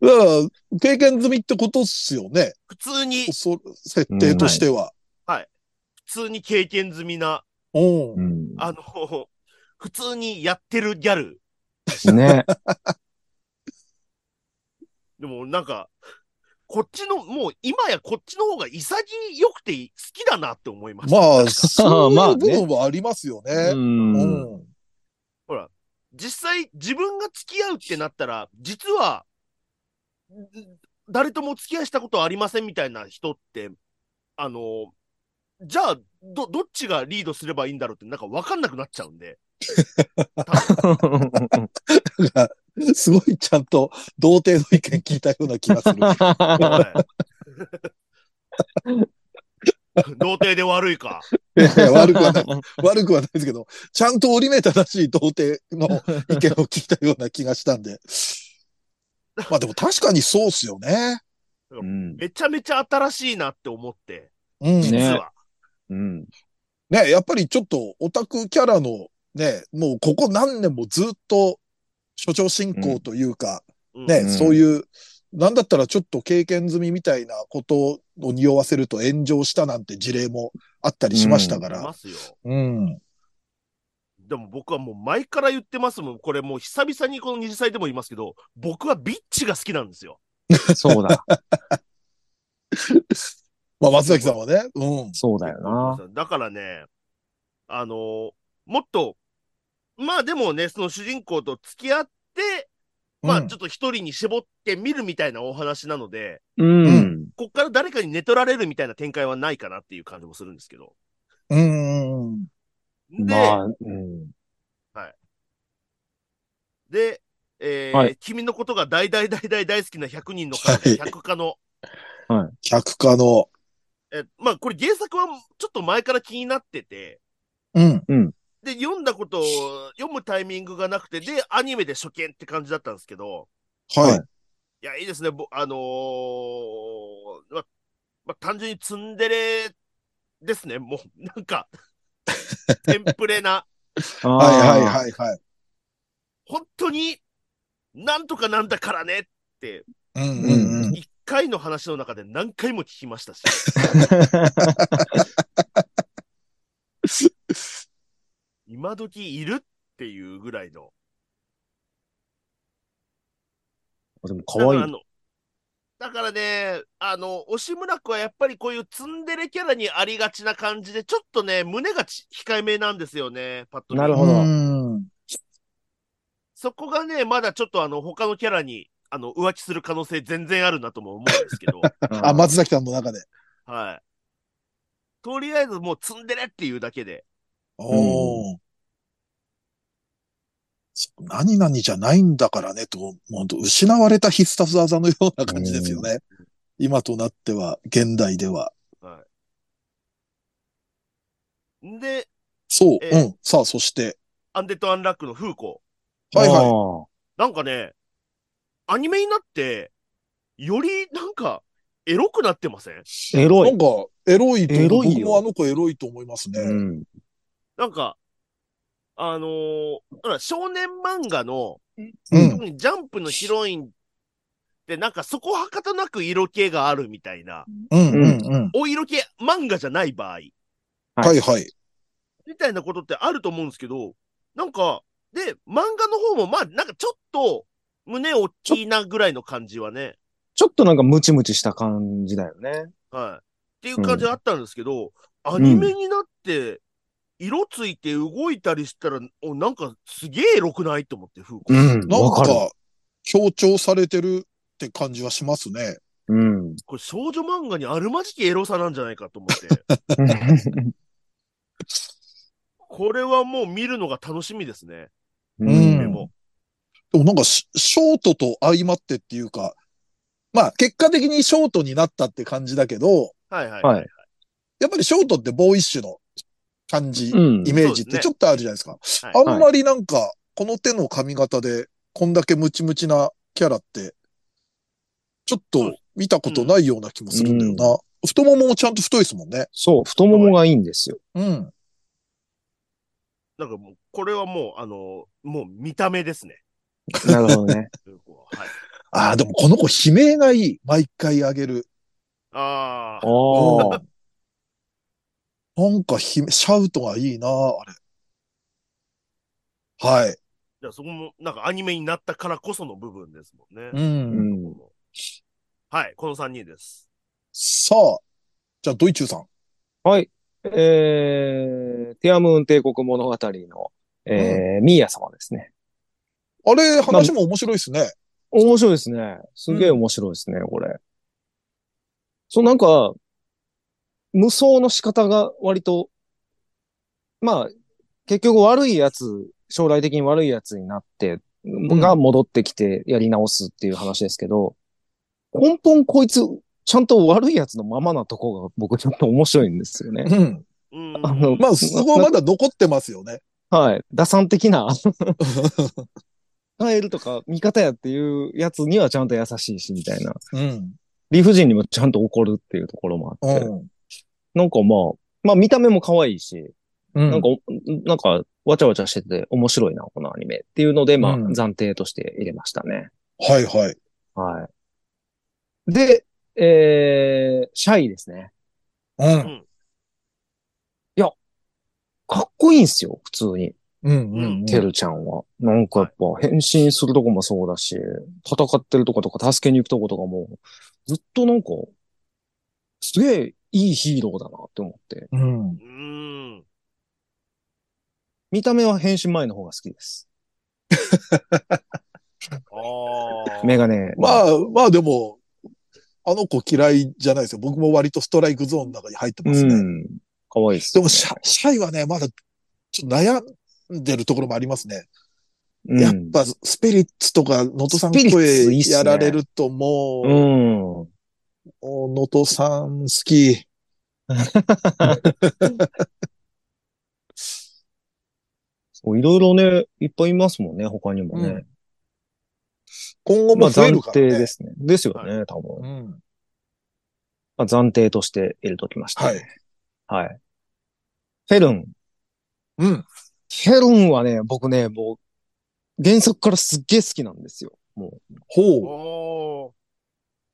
Speaker 2: ら、経験済みってことっすよね。
Speaker 4: 普通に、普
Speaker 2: そ設定としては。
Speaker 4: 通に経験済みな、
Speaker 2: うん
Speaker 3: う。ん。
Speaker 4: あの、普通にやってるギャル。
Speaker 3: ね。
Speaker 4: でもなんか、こっちの、もう今やこっちの方が潔くて好きだなって思いました。
Speaker 2: まあ、そう
Speaker 3: <laughs> ま
Speaker 2: い
Speaker 3: あ
Speaker 2: う部
Speaker 3: ね
Speaker 2: 分はありますよ
Speaker 3: う
Speaker 2: ね。
Speaker 3: ん。 <laughs>
Speaker 2: うん
Speaker 4: 実際自分が付き合うってなったら、実は、ん誰ともお付き合いしたことありませんみたいな人って、あの、じゃあ、ど、どっちがリードすればいいんだろうってなんかわかんなくなっちゃうんで。多分
Speaker 2: だからすごいちゃんと童貞の意見聞いたような気が
Speaker 3: <laughs>
Speaker 2: する。
Speaker 4: <laughs> はい童貞で悪いか。
Speaker 2: いや悪くはない。悪くはないですけど、ちゃんと折り目正しい童貞
Speaker 3: <laughs>
Speaker 2: の意見を聞いたような気がしたんで。まあでも確かにそうっすよね。
Speaker 3: うん。
Speaker 4: めちゃめちゃ新しいなって思って、
Speaker 2: うん。
Speaker 4: 実
Speaker 2: ね
Speaker 3: ね
Speaker 4: は。
Speaker 3: うん。
Speaker 2: やっぱりちょっとオタクキャラのね、もうここ何年もずっと所長進行というか、
Speaker 4: うん
Speaker 2: ね、
Speaker 3: うん
Speaker 2: そういう、なんだったらちょっと経験済みみたいなことを匂わせると炎上したなんて事例もあったりしましたか
Speaker 4: いま
Speaker 2: ら。
Speaker 4: すよ。
Speaker 2: うん。
Speaker 4: でも僕はもう前から言ってますもん。これもう久々にこの二次祭でも言いますけど、僕はビッチが好きなんですよ。
Speaker 3: そうだ。
Speaker 2: まあ松崎さんはね、うん。
Speaker 3: そうだよな。
Speaker 4: だからね、あのもっと、まあでもね、その主人公と付き合って、まあ
Speaker 2: うん
Speaker 4: ちょっと一人に絞ってみるみたいなお話なので、
Speaker 3: <laughs> うん。
Speaker 4: こっから誰かに寝取られるみたいな展開はないかなっていう感じもするんですけど。
Speaker 2: うんうん。
Speaker 4: で、
Speaker 3: まあ、うん。
Speaker 4: で、えー
Speaker 3: はい
Speaker 4: 君のことが大大大大大好きな100人の彼女、100課の、
Speaker 2: 客家の。
Speaker 4: えまあこれ原作はちょっと前から気になってて、
Speaker 2: うん。
Speaker 4: で、読んだことを読むタイミングがなくて、で、アニメで初見って感じだったんですけど、
Speaker 2: は
Speaker 3: はいい。
Speaker 4: いや、いいですね。ぼあのーま、ま、単純にツンデレですね。もう、なんか、テンプレな、
Speaker 2: はいはい
Speaker 3: い。
Speaker 2: はいはい。
Speaker 4: 本当に、なんとかなんだからねって、
Speaker 2: うんうんうん。
Speaker 4: 一回の話の中で何回も聞きましたし。今時いるっていうぐらいの。
Speaker 3: <laughs> でも可愛
Speaker 4: だからあ
Speaker 3: い。
Speaker 4: のだからね、あの、押村君はやっぱりこういうツンデレキャラにありがちな感じで、ちょっとね、胸がち控えめなんですよね、パッと見
Speaker 3: なるほど
Speaker 2: うん
Speaker 4: そこがね、まだちょっとあの、他のキャラに、あの、浮気する可能性全然あるなとも思うんですけ
Speaker 3: <laughs>
Speaker 4: ど、
Speaker 2: あ、松崎さんの中で。
Speaker 4: はい。とりあえずもうツンデレっていうだけで、
Speaker 2: おーそう何々じゃないんだからね、と、もうほんと失われた必殺技のような感じですよね。今となっては、現代では。
Speaker 4: んで、
Speaker 2: そう、
Speaker 4: ええ
Speaker 2: うん。さあ、そして。
Speaker 4: アンデッド・アンラックの風子。
Speaker 2: はいはい。
Speaker 3: い。
Speaker 4: なんかね、アニメになって、よりなんか、エロくなってません
Speaker 3: エロ
Speaker 2: ないん。か、エロいと思
Speaker 3: エ
Speaker 2: う、
Speaker 3: ロい
Speaker 2: 僕
Speaker 3: よ
Speaker 2: もあの子エロいと思いますね。
Speaker 3: うん。
Speaker 4: なんか、あのーほら少年漫画の、
Speaker 2: うん。
Speaker 4: 特にジャンプのヒロインって、なんかそこはかとなく色気があるみたいな、
Speaker 2: うん。うん。うん。
Speaker 4: お色気漫画じゃない場合、
Speaker 3: は
Speaker 2: はいはい。
Speaker 4: みたいなことってあると思うんですけど、なんか、で、漫画の方も、まあ、なんかちょっと、胸大きいなぐらいの感じはね、
Speaker 3: ちょっとなんかムチムチした感じだよね。
Speaker 4: はい。っていう感じはあったんですけど、アニメになって、色ついて動いたりしたら、お、なんかすげえエロくないと思って、風子。
Speaker 3: ん
Speaker 2: なん
Speaker 3: わかる。
Speaker 2: か、強調されてるって感じはしますね。
Speaker 3: うん。
Speaker 4: これ少女漫画にあるまじきエロさなんじゃないかと思って、これはもう見るのが楽しみですね。
Speaker 2: うん
Speaker 4: でも。
Speaker 2: でもなんかシ、ショートと相まってっていうか、まあ、結果的にショートになったって感じだけど、
Speaker 4: はいはい。
Speaker 3: はい。
Speaker 2: やっぱりショートってボーイッシュの感じ、
Speaker 3: うん
Speaker 2: イ。
Speaker 4: そう
Speaker 2: メージっ
Speaker 4: です
Speaker 2: て
Speaker 4: ね
Speaker 2: ちょっとあるじゃないですか。
Speaker 4: はい
Speaker 2: あんまりなんか、この手の髪型で、こんだけムチムチなキャラって、ちょっと見たことないような気もするんだよな。太もももちゃんと太いですもんね。
Speaker 3: そう、太ももがいいんですよ。
Speaker 2: うん。
Speaker 4: なんかもう、これはもう、あの、もう見た目ですね。
Speaker 3: なるほど <laughs> ね。
Speaker 4: はい。
Speaker 2: ああ、でもこの子悲鳴がいい。毎回あげる。
Speaker 4: ああ、
Speaker 3: ああ。
Speaker 2: なんか悲鳴、シャウトがいいな、あれ。はい。
Speaker 4: じゃあそこも、なんかアニメになったからこその部分ですもんね。
Speaker 2: ん
Speaker 3: うん。
Speaker 4: はい、この3人です。
Speaker 2: さあ、じゃあ、ドイチューさん。
Speaker 3: はい。えー、ティアムーン帝国物語の、えー、ミーヤ様ですね。
Speaker 2: あれ、話も面白いですね。
Speaker 3: 面白いですね。すげえ面白いですね、これ。そう、なんか、無双の仕方が割と、まあ、結局悪いやつ、将来的に悪いやつになって、が戻ってきてやり直すっていう話ですけど、
Speaker 2: <laughs>
Speaker 3: 根本こいつ、ちゃんと悪いやつのままなとこが僕ちょっと面白いんですよね。
Speaker 2: うん。
Speaker 4: うん。
Speaker 3: あの
Speaker 2: まあ、そこはまだ残ってますよね。
Speaker 3: はい。打算的な。カエルとか味方やっていうやつにはちゃんと優しいし、みたいな。
Speaker 2: <laughs> うん。
Speaker 3: 理不尽にもちゃんと怒るっていうところもあ
Speaker 2: う
Speaker 3: って。
Speaker 2: ん。
Speaker 3: なんかまあ、まあ見た目も可愛いし、
Speaker 2: うん
Speaker 3: なんか、なんか、わちゃわちゃしてて面白いな、このアニメっていうので、まあ、
Speaker 2: うん
Speaker 3: 暫定として入れましたね。
Speaker 2: はいはい。
Speaker 3: はい。で、えー、シャイですね。
Speaker 2: うん。
Speaker 3: かっこいいんすよ、普通に。
Speaker 2: うんうん。
Speaker 3: てるちゃんは。なんかやっぱ変身するとこもそうだし、戦ってるとことか助けに行くとことかも、ずっとなんか、すげえいいヒーローだなって思って。
Speaker 2: うん。
Speaker 4: うん。
Speaker 3: 見た目は変身前の方が好きです。
Speaker 4: ああ。
Speaker 3: メガネ。
Speaker 2: まあ、まあでも、あの子嫌いじゃないですよ。僕も割とストライクゾーンの中に入って
Speaker 3: う
Speaker 2: ますね。
Speaker 3: ん。かわいいっす
Speaker 2: で
Speaker 3: ね、
Speaker 2: もシャ、シャイはね、まだちょっと悩んでるところもありますね。
Speaker 3: うん
Speaker 2: やっぱ、スピリッツとか、能登さん
Speaker 3: スピリッツい
Speaker 2: 声
Speaker 3: いっすね
Speaker 2: やられるともう、
Speaker 3: うん。
Speaker 2: 能登さん好き。
Speaker 3: そういろいろね、いっぱいいますもんね、他にもね。
Speaker 2: うん今後も
Speaker 3: まあ
Speaker 2: 増え
Speaker 3: 暫
Speaker 2: るから
Speaker 3: 定
Speaker 2: ね。
Speaker 3: ですね。ですよね、多分
Speaker 2: う。ん。
Speaker 3: まあ、暫定として入れときました、
Speaker 2: はい。。
Speaker 3: はい。フェルン。
Speaker 2: うん。
Speaker 3: フェルンはね、僕ね、もう、原作からすっげえ好きなんですよ。もう、
Speaker 2: ほう。
Speaker 4: お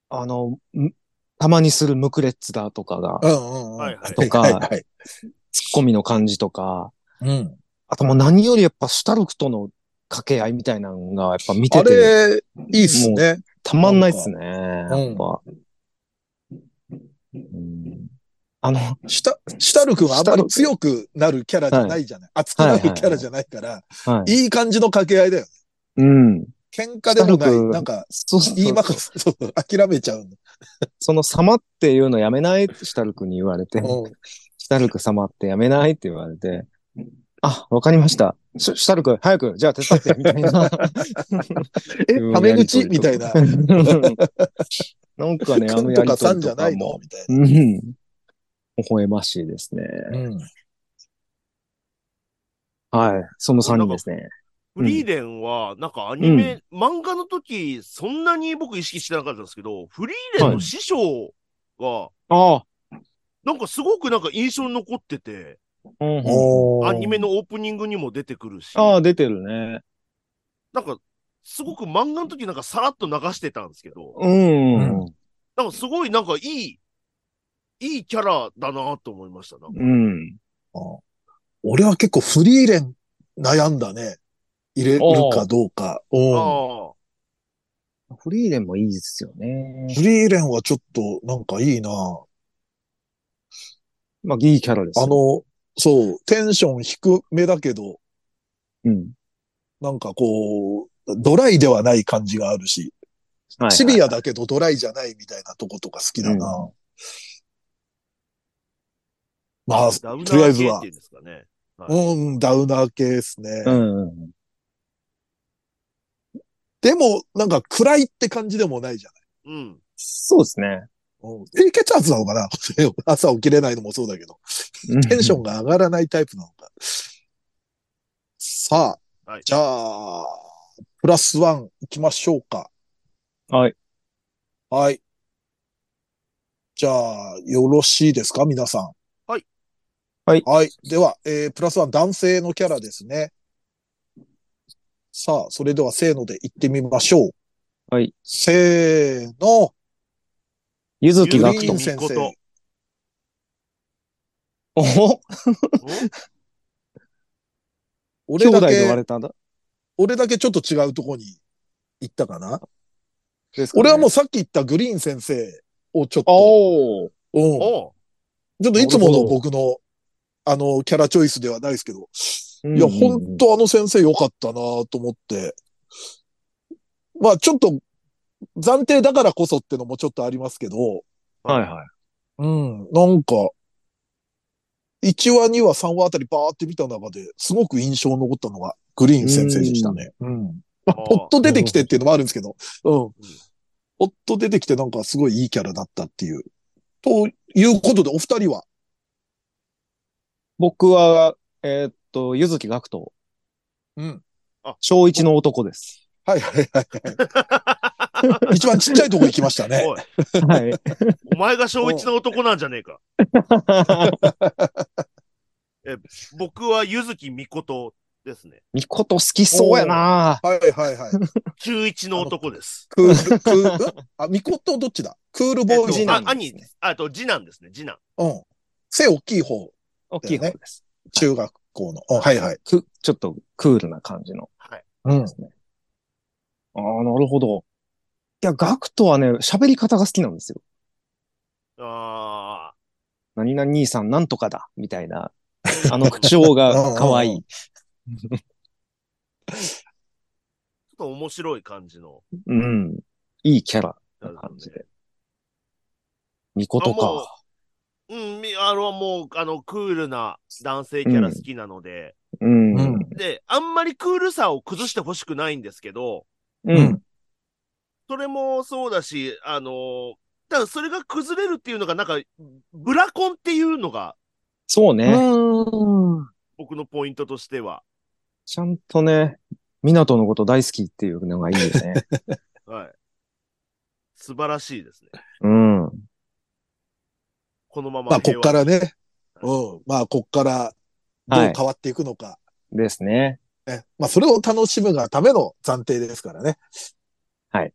Speaker 3: あの、んたまにするムクレッツだとかが
Speaker 2: う、んうんうん。
Speaker 4: ー。はいはい。
Speaker 3: とか
Speaker 2: はいはい。
Speaker 3: ツッコミの感じとか、
Speaker 2: うん。
Speaker 3: あともう何よりやっぱシュタルクとの掛け合いみたいなのがやっぱ見て
Speaker 2: あ
Speaker 3: て、
Speaker 2: れ、いいっすね。
Speaker 3: たまんないっすね。
Speaker 2: ん
Speaker 3: やっぱ。うんあの、
Speaker 2: した、したるくんはあんまり強くなるキャラじゃないじゃない。熱くなるキャラじゃないから、
Speaker 3: はい。
Speaker 2: いい感じの掛け合いだよ。
Speaker 3: うん。
Speaker 2: 喧嘩でもな
Speaker 3: シュタ
Speaker 2: い。
Speaker 3: ルク
Speaker 2: なんか、
Speaker 3: そうそう
Speaker 2: 言いまく、
Speaker 3: そ
Speaker 2: そうそう諦めちゃう
Speaker 3: の様っていうのやめないってシュタルクに言われて、
Speaker 2: の。うん。
Speaker 3: シュタルク様ってやめないって言われて、あ、わかりました。シュシュタルク、早く、じゃあ手伝って、みたいな。
Speaker 2: <laughs> え、タメ口みたいな。
Speaker 3: <laughs> なんかね、あ
Speaker 2: く
Speaker 3: の
Speaker 2: んと
Speaker 3: やり
Speaker 2: か
Speaker 3: とり
Speaker 2: さ
Speaker 3: と
Speaker 2: んじゃ
Speaker 3: か
Speaker 2: ないの
Speaker 3: も、
Speaker 2: みたい
Speaker 3: うん。 <laughs> 微笑ましいですね。
Speaker 2: な。うん。
Speaker 3: はい。その3人ですね。
Speaker 4: フリーデンは、なんかアニメ、漫画の時、そんなに僕意識してなかったんですけど、フリーデンの師匠が、
Speaker 3: ああ。
Speaker 4: なんかすごくなんか印象に残ってて、
Speaker 3: うんうん
Speaker 2: おー
Speaker 4: アニメのオープニングにも出てくるし、
Speaker 3: ああ、出てるね。
Speaker 4: なんか、すごく漫画の時なんかさらっと流してたんですけど、
Speaker 3: うん。
Speaker 4: なんかすごいなんかいい、いいキャラだなと思いました。なんか
Speaker 3: うん。
Speaker 2: あ俺は結構フリーレン悩んだね。入れるかどうか。うん
Speaker 4: ああ、
Speaker 3: フリーレンもいいですよね。
Speaker 2: フリーレンはちょっとなんかいいな
Speaker 3: まあ、いいキャラですよ。
Speaker 2: あの、そう、テンション低めだけど、
Speaker 3: うん、
Speaker 2: なんかこう、ドライではない感じがあるし、
Speaker 3: はいはい
Speaker 2: シビアだけどドライじゃないみたいなとことか好きだな、まあ、
Speaker 4: ダウナ
Speaker 2: とりあえ
Speaker 4: ー
Speaker 2: ず
Speaker 4: 系っ
Speaker 2: は
Speaker 4: ていうんですかね。
Speaker 2: うん、ダウナー系ですね。
Speaker 3: うんうん。
Speaker 2: でも、なんか暗いって感じでもないじゃない。
Speaker 4: うん。
Speaker 3: そうですね。
Speaker 2: うん、低血圧なのかな <laughs> 朝起きれないのもそうだけど。テンションが上がらないタイプなのか。さあ、
Speaker 4: はい
Speaker 2: じゃあ、プラスワン行きましょうか。
Speaker 3: はい。
Speaker 2: はい。じゃあ、よろしいですか皆さん。
Speaker 4: はい。
Speaker 3: はい
Speaker 2: はい。では、えー、プラスワン男性のキャラですね。さあ、それではせーので行ってみましょう。
Speaker 3: はい。
Speaker 2: せーの。
Speaker 3: ゆずき
Speaker 2: グ
Speaker 3: が
Speaker 2: リ
Speaker 3: く
Speaker 2: ー
Speaker 3: と
Speaker 2: ン。先
Speaker 4: みこ
Speaker 2: 生
Speaker 4: と。
Speaker 3: おお兄
Speaker 2: 俺
Speaker 3: 弟
Speaker 2: だ
Speaker 3: で割
Speaker 2: け、
Speaker 3: れたんだ。
Speaker 2: 俺だけちょっと違うとこに行ったかな
Speaker 3: ですかね
Speaker 2: 俺はもうさっき言ったグリーン先生をちょっと、
Speaker 3: おー
Speaker 2: うん、
Speaker 4: おう
Speaker 2: ちょっといつも
Speaker 3: なる
Speaker 2: の
Speaker 3: ほど
Speaker 2: 僕の、あの、キャラチョイスではないですけど、
Speaker 3: うん
Speaker 2: いや、ほんとあの先生良かったなと思って、まあちょっと、暫定だからこそってのもちょっとありますけど、
Speaker 3: はいはい。
Speaker 2: うん、なんか、1話、2話、3話あたりバーって見た中で、すごく印象に残ったのが、グリーン先生でしたね。うん。まあ、
Speaker 4: あー
Speaker 2: ポッと出てきてっていうのもあるんですけど、うん。
Speaker 4: ん
Speaker 2: ポッと出てきてなんかすごいいいキャラだったっていう。ということで、お二人は
Speaker 3: 僕は、えーっと、ゆずきがくと、
Speaker 2: うん。
Speaker 3: 小一の男です。
Speaker 2: はいはいはいはい。一番ちっちゃいとこ行きま <laughs> したね。
Speaker 4: おい、
Speaker 3: <laughs> はい。
Speaker 4: お前が小一の男なんじゃねえか。
Speaker 3: <laughs>
Speaker 4: 僕はゆずきみことですね。
Speaker 3: みこと好きそうやな
Speaker 2: はいはいはい。
Speaker 4: 中一の男です。
Speaker 2: クール、クール、あ、ミコットどっちだクールボーイ
Speaker 4: えっ
Speaker 2: ズ
Speaker 4: と
Speaker 3: な
Speaker 4: あ
Speaker 3: ん、です
Speaker 4: 兄
Speaker 3: ね、
Speaker 4: あと次男ですね、次男。
Speaker 2: うん。背大きい方、
Speaker 3: 大きい方です。
Speaker 2: 中学校の。うんはいはい。
Speaker 3: く、ちょっとクールな感じの。
Speaker 4: はい。
Speaker 2: うん
Speaker 3: で。すね。ああ、なるほど。いや、ガクトはね、喋り方が好きなんですよ。
Speaker 4: あ
Speaker 3: 何々兄さんなんとかだ、みたいな。
Speaker 4: <laughs>
Speaker 3: あの口調 <laughs> が可愛い。
Speaker 4: あ、ちょっと面白い感じの。
Speaker 3: うん。いいキャラな感じで。ミコとか。
Speaker 4: うん、みあの、もう、あの、クールな男性キャラ好きなので、
Speaker 3: うん。
Speaker 2: う
Speaker 3: うんん。
Speaker 4: で、あんまりクールさを崩してほしくないんですけど、
Speaker 3: うん。
Speaker 4: それもそうだし、あの、ただそれが崩れるっていうのが、なんか、ブラコンっていうのが、
Speaker 3: そうね。
Speaker 2: うん。
Speaker 4: 僕のポイントとしては。
Speaker 3: ちゃんとね、ミナトのこと大好きっていうのがいいです <laughs> ね。
Speaker 4: はい。素晴らしいですね。
Speaker 3: うん。
Speaker 4: このまま
Speaker 2: まあ、こ
Speaker 4: 平
Speaker 2: っ
Speaker 4: 和
Speaker 2: からね。うん。まあ、こっから、ど
Speaker 3: は
Speaker 2: う
Speaker 3: い
Speaker 2: 変わっていくのか。
Speaker 3: ですね。
Speaker 2: ねまあ、それを楽しむがための暫定ですからね。
Speaker 3: はい。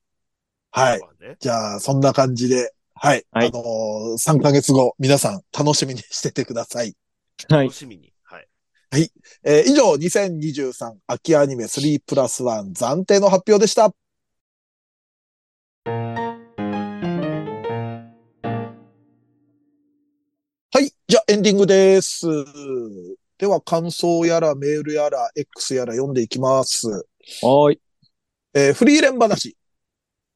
Speaker 2: はい。
Speaker 4: まあね
Speaker 2: じゃあ、そんな感じで、はい。
Speaker 3: はい
Speaker 2: あのー、3ヶ月後、皆さん楽しみにしててください。
Speaker 3: はい
Speaker 4: 楽。しみに。はい。
Speaker 2: えー以上、2023秋アニメ3プラス1暫定の発表でした。はい。じゃあ、エンディングです。では、感想やら、メールやら、X やら読んでいきます。
Speaker 3: はーい。
Speaker 2: えーフリーレン話。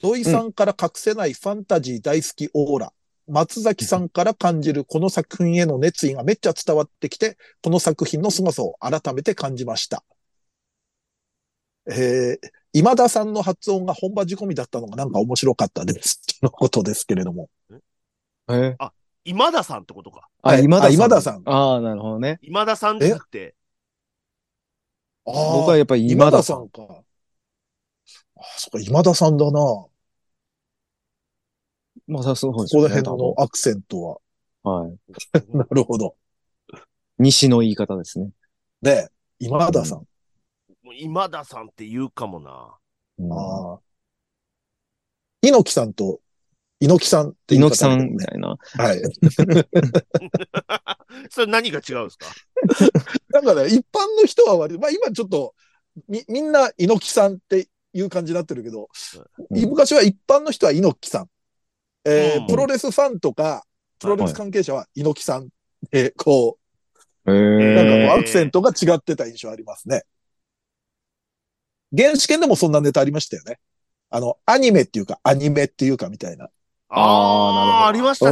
Speaker 2: 土井さんから隠せないファンタジー大好きオーラ。松崎さんから感じるこの作品への熱意がめっちゃ伝わってきて、この作品の凄さを改めて感じました。えー今田さんの発音が本場仕込みだったのがなんか面白かったです。とのことですけれども。
Speaker 3: え
Speaker 4: 今田さんってことか。
Speaker 3: あ、今田さん。
Speaker 2: あ今田さん
Speaker 3: ああ、なるほどね。
Speaker 4: 今田さんじゃなくて、
Speaker 3: 僕はやっぱり今
Speaker 2: 今
Speaker 3: 田
Speaker 2: 田
Speaker 3: さ
Speaker 2: さ
Speaker 3: ん。
Speaker 2: んか。あ、そっか、今田さんだな。こ
Speaker 3: まあ、そうです
Speaker 2: こ
Speaker 3: よ
Speaker 2: ら
Speaker 3: ね
Speaker 2: 辺のアクセントは。 <laughs>
Speaker 3: 多分はい。
Speaker 2: なるほど。
Speaker 3: 西の言い方ですね。
Speaker 2: で、今田さん。
Speaker 4: もう今田さんって言うかもな。
Speaker 3: うん
Speaker 2: ああ。猪木さんと、猪木さんって言い
Speaker 3: 猪木
Speaker 2: 方
Speaker 3: さ
Speaker 2: だけ
Speaker 3: ん
Speaker 2: ど
Speaker 3: み
Speaker 2: ね
Speaker 3: たいな。
Speaker 2: はい。
Speaker 4: それ何が違うんですか
Speaker 2: なんかね、一般の人は割と、まあ今ちょっと、み、みんな猪木さんっていう感じになってるけど、
Speaker 3: うん
Speaker 2: い昔は一般の人は猪木さん。えー
Speaker 4: うん
Speaker 2: プロレスファンとか、プロレス関係者は猪木さんで、こ
Speaker 3: え
Speaker 2: う、なんか
Speaker 4: へ
Speaker 2: も
Speaker 4: ー
Speaker 2: うアクセントが違ってた印象ありますね。原始圏でもそんなネタありましたよね。あの、アニメっていうか、アニメっていうかみたいな。
Speaker 4: ああー、
Speaker 3: あーなるほど
Speaker 4: ありまし
Speaker 2: う
Speaker 4: た。
Speaker 2: ん。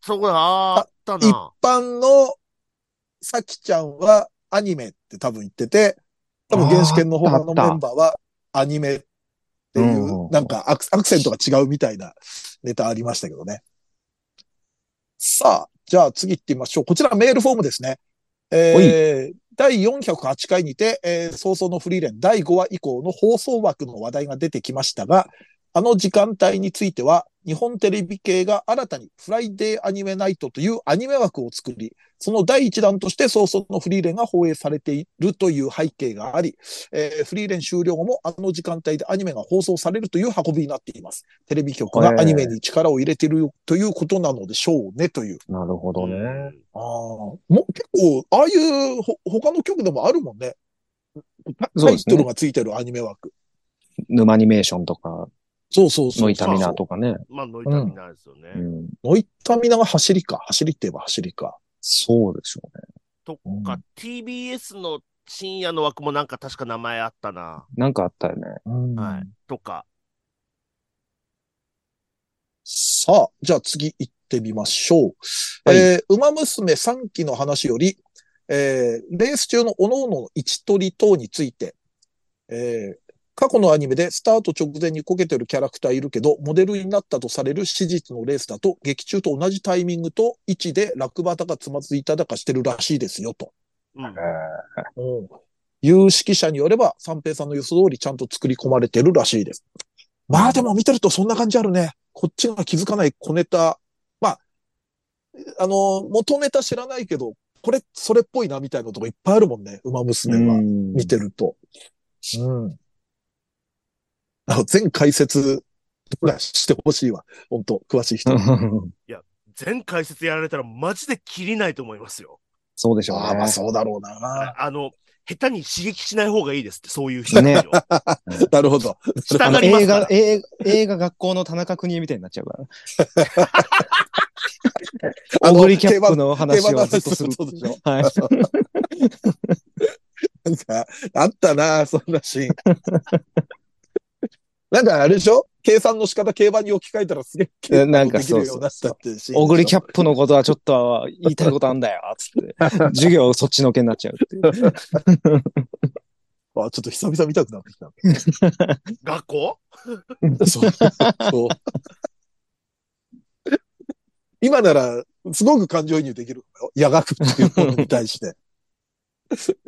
Speaker 4: そこだ、あーあった
Speaker 2: い
Speaker 4: な。
Speaker 2: 一般のさきちゃんはアニメって多分言ってて、多分原始圏の他のメンバーはアニメってい
Speaker 3: うんう
Speaker 2: う、
Speaker 3: ん
Speaker 2: なんかアクアクセントが違うみたいなネタありましたけどね。さあ、じゃあ次行ってみましょう。こちらメールフォームですね。えー、第408回にて、えー、早々のフリーレン第5話以降の放送枠の話題が出てきましたが、あの時間帯については、日本テレビ系が新たにフライデーアニメナイトというアニメ枠を作り、その第一弾として早々のフリーレンが放映されているという背景があり、えーフリーレン終了後もあの時間帯でアニメが放送されるという運びになっています。テレビ局がアニメに力を入れているということなのでしょうね、という。
Speaker 3: なるほどね。
Speaker 2: ああ、もう結構、ああいうほ他の局でもあるもんね。
Speaker 3: そう
Speaker 2: タ
Speaker 3: で
Speaker 2: イ
Speaker 3: すね
Speaker 2: トルがついてるアニメ枠。
Speaker 3: 沼アニメーションとか、
Speaker 2: そうそうそう。
Speaker 3: ノイタミナとかね。
Speaker 4: まあ、ノイタミナーですよね。
Speaker 3: うん
Speaker 2: ノイタミナが走りか。走りって言えば走りか。
Speaker 3: そうでしょうね。
Speaker 4: と
Speaker 2: う
Speaker 4: か、TBS の深夜の枠もなんか確か名前あったな。
Speaker 3: なんかあったよね。
Speaker 4: はい。とか、
Speaker 2: さあ、じゃあ次行ってみましょう。
Speaker 3: はい
Speaker 2: えー、馬娘3期の話より、えー、レース中の各々の位置取り等について、えー、過去のアニメでスタート直前にこけてるキャラクターいるけど、モデルになったとされる史実のレースだと、劇中と同じタイミングと位置で落馬だかつまずいただかしてるらしいですよ、と。
Speaker 4: うん
Speaker 3: え。
Speaker 2: うん。有識者によれば、三平さんの予想通りちゃんと作り込まれてるらしいです。まあでも見てるとそんな感じあるね。こっちが気づかない小ネタ。まあ、あの、元ネタ知らないけど、これ、それっぽいなみたいなとこいっぱいあるもんね。馬
Speaker 3: ーう
Speaker 2: 娘は。
Speaker 3: ん <laughs>
Speaker 2: 見てると。うん。あの、全解説とかしてほしいわ。本当詳しい人。
Speaker 4: 全解説やられたらマジで切りないと思いますよ。
Speaker 3: そうでしょうね。
Speaker 2: ああ、まあそうだろうな。
Speaker 4: あの、下手に刺激しない方がいいですって、そういう人ですよ。
Speaker 2: なるほど。
Speaker 4: 下
Speaker 3: あ
Speaker 4: が
Speaker 3: の
Speaker 4: ります
Speaker 3: 映
Speaker 4: から
Speaker 3: 画、。映画、映画学校の田中邦衛みたいになっちゃうから。
Speaker 2: <laughs> あ
Speaker 3: オ
Speaker 2: の
Speaker 3: グリキャップの話
Speaker 2: 定番
Speaker 3: はずっとする
Speaker 2: 定番の話するとでしょ。
Speaker 3: はい。
Speaker 2: なんか、あったな、そんなシーン。 <laughs> なんかあれでしょ計算の仕方、競馬に置き換えたらすげえ計算
Speaker 3: なんか
Speaker 2: できるよ
Speaker 3: そ
Speaker 2: う
Speaker 3: う
Speaker 2: になったっていうシーンでしょ。
Speaker 3: オグリキャップのことはちょっと言いたいことあんだよ、つって。授業そっちのけになっちゃうっ
Speaker 2: <laughs>
Speaker 3: ていう。
Speaker 2: あちょっと久々見たくなってきた。
Speaker 4: 学校
Speaker 2: そう。そう今なら、すごく感情移入できるのよ。夜学っていうものに対して。 <laughs>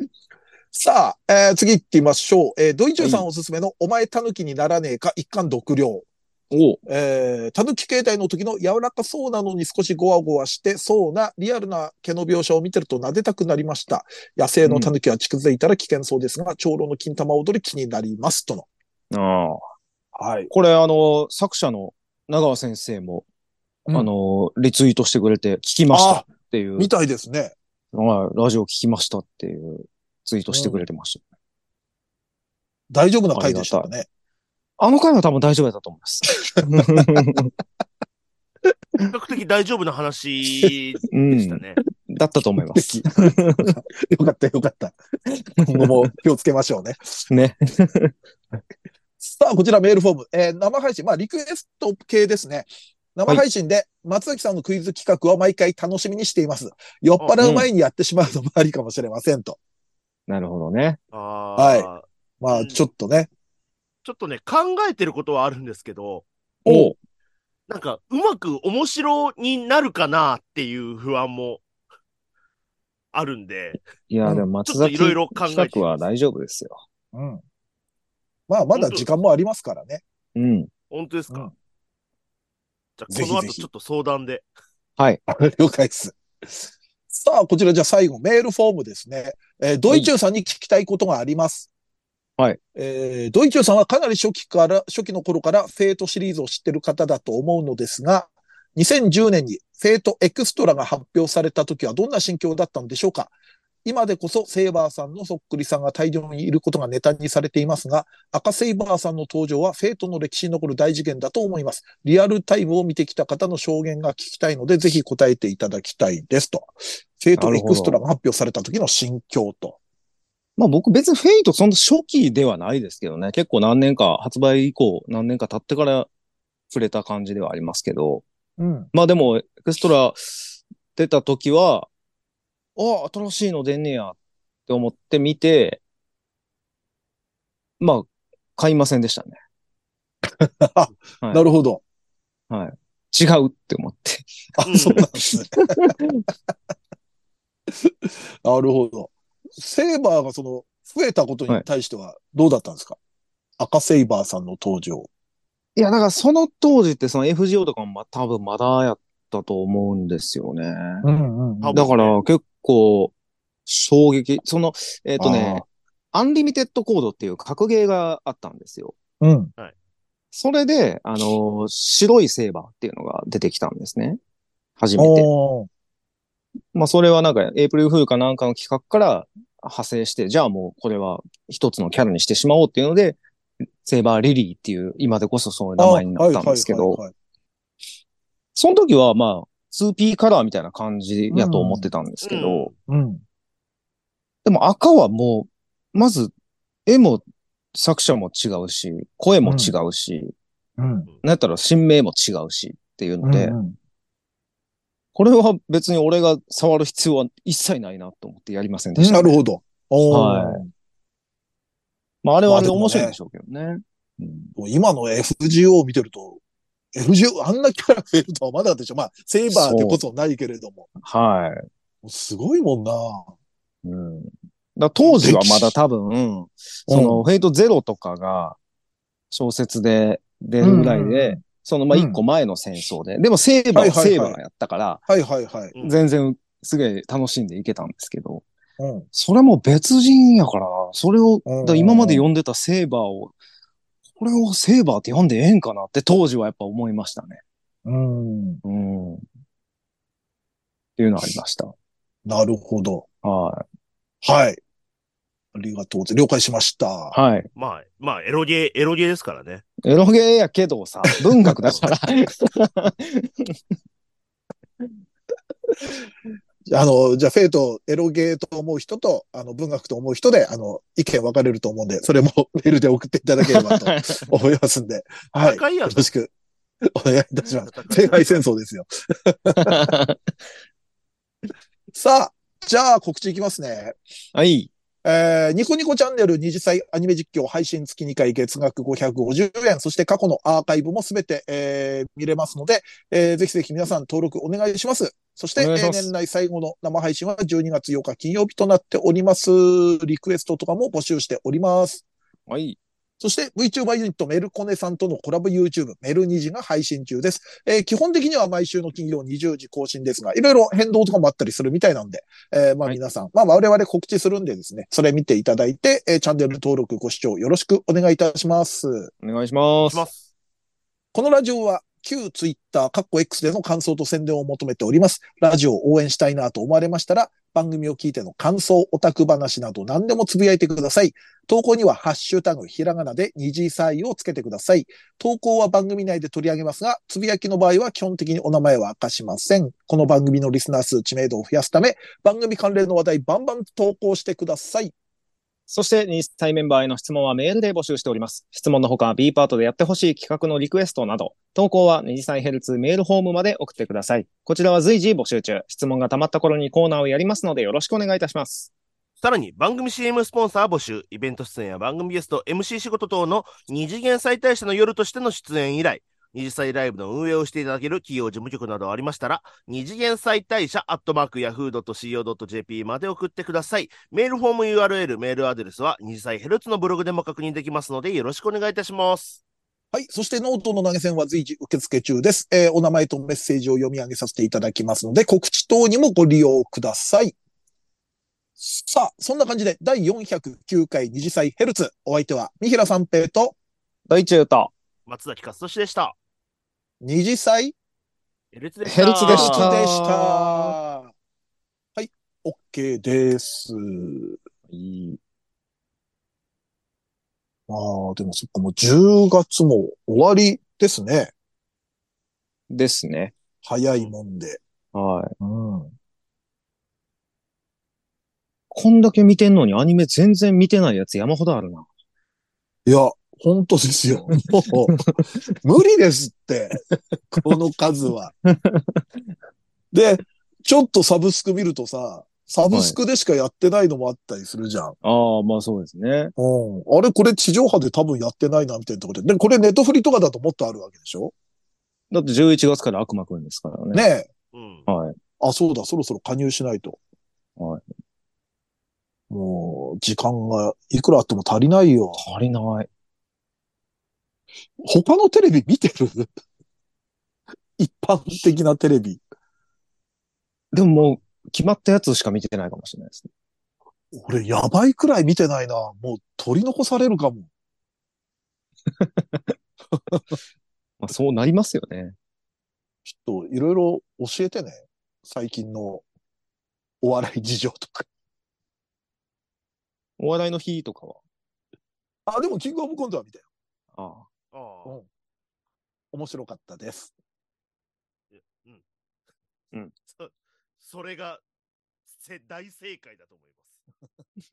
Speaker 2: さあ、えー次行ってみましょう。えードイチューさんおすすめの、お前狸にならねえか、一貫独量。
Speaker 3: お
Speaker 2: えー、たぬき形態の時の柔らかそうなのに少しゴワゴワしてそうなリアルな毛の描写を見てると撫でたくなりました。野生のたぬきは近づいたら危険そうですが、長老の金玉踊り気になります。との。
Speaker 3: ああ。
Speaker 2: はい。
Speaker 3: これ、あの、作者の長尾先生も、
Speaker 2: うん
Speaker 3: あの、リツイートしてくれて、聞きました
Speaker 2: あ
Speaker 3: っていう、
Speaker 2: みたいですね。
Speaker 3: はいラジオ聞きましたっていうツイートしてくれてました。
Speaker 2: 大丈夫な回でしたかね。
Speaker 3: あの回は多分大丈夫だと思います。
Speaker 4: 比較的大丈夫な話
Speaker 3: う
Speaker 4: で
Speaker 3: <laughs>
Speaker 4: した
Speaker 3: ん。
Speaker 4: ね。
Speaker 3: だったと思いま
Speaker 2: <laughs>
Speaker 3: す。
Speaker 2: よかった、よかった。今後も気をつけましょうね。
Speaker 3: ね。
Speaker 2: さあ、こちらメールフォーム。えー生配信。まあ、リクエスト系ですね。生配信で、松崎さんのクイズ企画を毎回楽しみにしています。酔っ払う前にやってしまうのもありかもしれませんと。
Speaker 3: なるほどね。
Speaker 4: あ
Speaker 2: は
Speaker 4: あ。
Speaker 2: まあ、ちょっとね。
Speaker 4: ちょっとね、考えてることはあるんですけど、
Speaker 3: おう
Speaker 4: なんか、うまく面白になるかなっていう不安もあるんで、
Speaker 3: いや、でも松
Speaker 4: ちょっと
Speaker 3: 崎
Speaker 4: いろいろ考えて
Speaker 3: 企画は大丈夫ですよ。
Speaker 2: うん。まあ、まだ時間もありますからね。
Speaker 3: うん。
Speaker 4: 本当ですか、
Speaker 2: うん
Speaker 4: じゃあ、この
Speaker 2: ぜ
Speaker 4: 後
Speaker 2: ひぜひ
Speaker 4: ちょっと相談で。
Speaker 2: 了解です。さあ、こちらじゃあ最後、メールフォームですね。えードイチューさんに聞きたいことがあります。
Speaker 3: はい。
Speaker 2: えードイチューさんはかなり初期から、初期の頃からフェイトシリーズを知ってる方だと思うのですが、2010年にフェイトエクストラが発表された時はどんな心境だったのでしょうか今でこそセイバーさんのそっくりさんが大量にいることがネタにされていますが、赤セイバーさんの登場はフェイトの歴史に残る大事件だと思います。リアルタイムを見てきた方の証言が聞きたいので、ぜひ答えていただきたいですと。フェイトエクストラが発表された時の心境と。
Speaker 3: まあ僕別にフェイトそんな初期ではないですけどね。結構何年か、発売以降何年か経ってから触れた感じではありますけど。
Speaker 2: うん。
Speaker 3: まあでも、エクストラ出た時は、あ、新しいの出んねやって思って見て、まあ、買いませんでしたね。
Speaker 2: なるほど。
Speaker 3: 違うって思って。
Speaker 2: あ、
Speaker 4: うん
Speaker 2: そうなんですね。 <laughs> なるほど。セイバーがその、増えたことに対してはどうだったんですか、赤セイバーさんの登場。
Speaker 3: いや、だからその当時ってその FGO とかもま多分まだやったと思うんですよね。
Speaker 2: うん
Speaker 4: うん
Speaker 3: だから結構衝撃、その、えっ、とね
Speaker 2: あ、
Speaker 3: アンリミテッドコードっていう格ゲーがあったんですよ。
Speaker 2: うん。
Speaker 3: それで、あの、白いセーバーっていうのが出てきたんですね。初めて。
Speaker 2: おー
Speaker 3: まあそれはなんか、エイプリルフールかなんかの企画から派生して、じゃあもうこれは一つのキャラにしてしまおうっていうので、セーバーリリーっていう、今でこそそういう名前になったんですけ
Speaker 2: あは
Speaker 3: ど
Speaker 2: い、はいはいはい
Speaker 3: その時はまあ、2P カラーみたいな感じやと思ってたんですけど、
Speaker 4: うん
Speaker 2: うん。
Speaker 3: でも赤はもう、まず、絵も作者も違うし、声も違うし、
Speaker 2: うん。
Speaker 3: なんやったら新名も違うしっていうので、
Speaker 2: うんうん
Speaker 3: これは別に俺が触る必要は一切ないなと思ってやりませんでし
Speaker 2: な
Speaker 3: た。
Speaker 2: るほど。おー
Speaker 3: はまあ、あれはあれ
Speaker 2: まあで
Speaker 3: で
Speaker 2: もね
Speaker 3: 面白いんでしょうけどね。うん
Speaker 2: もう今の FGO を見てると、FGO、あんなキャラ増えるとはまだでしょ。まあ、セイバーってことはないけれども。
Speaker 3: は
Speaker 2: すごいもんな。
Speaker 3: い。うん。だから当時はまだ多分、その、フェイトゼロとかが小説で出るぐらいで、その、まあ、
Speaker 2: うん
Speaker 3: 一個前の戦争で。でも、セーバ
Speaker 2: は
Speaker 3: ー、
Speaker 2: いはいはい
Speaker 3: セーバーやったから、
Speaker 2: はいはいはい。
Speaker 4: うん
Speaker 3: 全然、すげえ楽しんでいけたんですけど、
Speaker 2: うん。
Speaker 3: それも別人やからな、それ
Speaker 2: う
Speaker 3: を、
Speaker 2: ん
Speaker 3: だから今まで読んでたセーバーを、これをセーバーって読んでええんかなって当時はやっぱ思いましたね。
Speaker 2: うん。
Speaker 3: うん。っていうのありました。
Speaker 2: なるほど。
Speaker 3: は
Speaker 2: はい。ありがとうございます。了解しました。
Speaker 3: い。はい。
Speaker 4: まあ、まあ、エロゲー、エロゲーですからね。
Speaker 3: エロゲーやけどさ、文学だから。
Speaker 2: あの、じゃあ、フェイト、エロゲーと思う人と、あの、文学と思う人で、あの、意見分かれると思うんで、それも <laughs> メールで送っていただければと思いますんで。はい。よ
Speaker 4: 戦いやん。
Speaker 2: ろしくお願いいたします。世界戦争ですよ。さあ、じゃあ、告知いきますね。
Speaker 3: はい。
Speaker 2: えーニコニコチャンネル20歳アニメ実況配信月2回月額550円、そして過去のアーカイブもすべて、えー見れますので、えーぜひぜひ皆さん登録お願いします。そして、
Speaker 3: お願いし
Speaker 2: えー
Speaker 3: ます
Speaker 2: 年内最後の生配信は12月8日金曜日となっております。リクエストとかも募集しております。
Speaker 3: はい。
Speaker 2: そして VTuber ユニットメルコネさんとのコラボ YouTube メル2時が配信中です。えー基本的には毎週の金曜20時更新ですが、いろいろ変動とかもあったりするみたいなんで、えーまあ
Speaker 3: はい
Speaker 2: 皆さん、まあ我々告知するんでですね、それ見ていただいて、えーチャンネル登録ご視聴よろしくお願いいたします。
Speaker 3: お願いしま。
Speaker 4: しますす。
Speaker 2: このラジオは旧ツイッター、カッコ X での感想と宣伝を求めております。ラジオを応援したいなと思われましたら、番組を聞いての感想、オタク話など何でもつぶやいてください。投稿にはハッシュタグ、ひらがなで二次採用をつけてください。投稿は番組内で取り上げますが、つぶやきの場合は基本的にお名前は明かしません。この番組のリスナー数知名度を増やすため、番組関連の話題バンバン投稿してください。
Speaker 3: そして、日体メンバーへの質問はメールで募集しております。質問のほか、B パートでやってほしい企画のリクエストなど、投稿は日体ヘルツメールホームまで送ってください。こちらは随時募集中。質問が溜まった頃にコーナーをやりますので、よろしくお願いいたします。
Speaker 4: さらに番組 CM スポンサー募集、イベント出演や番組ゲスト、MC 仕事等の二次元再大社の夜としての出演以来、二次祭ライブの運営をしていただける企業事務局などありましたら、二次元再大社アットマークヤフー .co.jp まで送ってください。メールフォーム URL、メールアドレスは二次祭ヘルツのブログでも確認できますので、よろしくお願いいたします。
Speaker 2: はい。そしてノートの投げ銭は随時受付中です。えーお名前とメッセージを読み上げさせていただきますので、告知等にもご利用ください。さあ、そんな感じで、第409回二次祭ヘルツ。お相手は、三平三平と
Speaker 3: 大中と
Speaker 4: 松崎勝利でした。
Speaker 2: 二次祭
Speaker 4: ヘルツでした。
Speaker 3: ヘルツで
Speaker 2: ヘ
Speaker 3: し
Speaker 2: ルツ
Speaker 3: た
Speaker 2: でした。はい。OK です。まあ、でもそっか、もう10月も終わりですね。
Speaker 3: ですね。
Speaker 2: 早いもんで。
Speaker 3: はい。
Speaker 2: うん。
Speaker 3: こんだけ見てんのにアニメ全然見てないやつ山ほどあるな。
Speaker 2: いや、本当です
Speaker 3: <laughs>
Speaker 2: よ。もう、無理ですって。この数は。
Speaker 3: <laughs>
Speaker 2: で、ちょっとサブスク見るとさ、サブスクでしかやってないのもあったりするじゃん。
Speaker 3: ああ、まあそうですね。
Speaker 2: うん。あれ、これ地上波で多分やってないな、みたいなところで。で、これネットフリとかだともっとあるわけでしょ
Speaker 3: だって11月から悪魔くんですからね。
Speaker 2: ねえ。
Speaker 4: うん。
Speaker 3: はい。
Speaker 2: あ、そうだ、そろそろ加入しないと。。
Speaker 3: はい
Speaker 2: もう、時間がいくらあっても足りないよ。
Speaker 3: 足りない。
Speaker 2: 他のテレビ見てる <laughs> 一般的なテレビ。
Speaker 3: でももう、決まったやつしか見てないかもしれないですね。
Speaker 2: 俺、やばいくらい見てないな。もう取り残されるかも。
Speaker 3: まあそうなりますよね。
Speaker 2: ちょっと、いろいろ教えてね。最近のお笑い事情とか。
Speaker 3: お笑いの日とかは。
Speaker 2: あ、でも、キングオブコントは見たよ。
Speaker 3: ああ。
Speaker 4: ああ
Speaker 2: 面白かったです。
Speaker 4: そそれがせ大正解だと思います。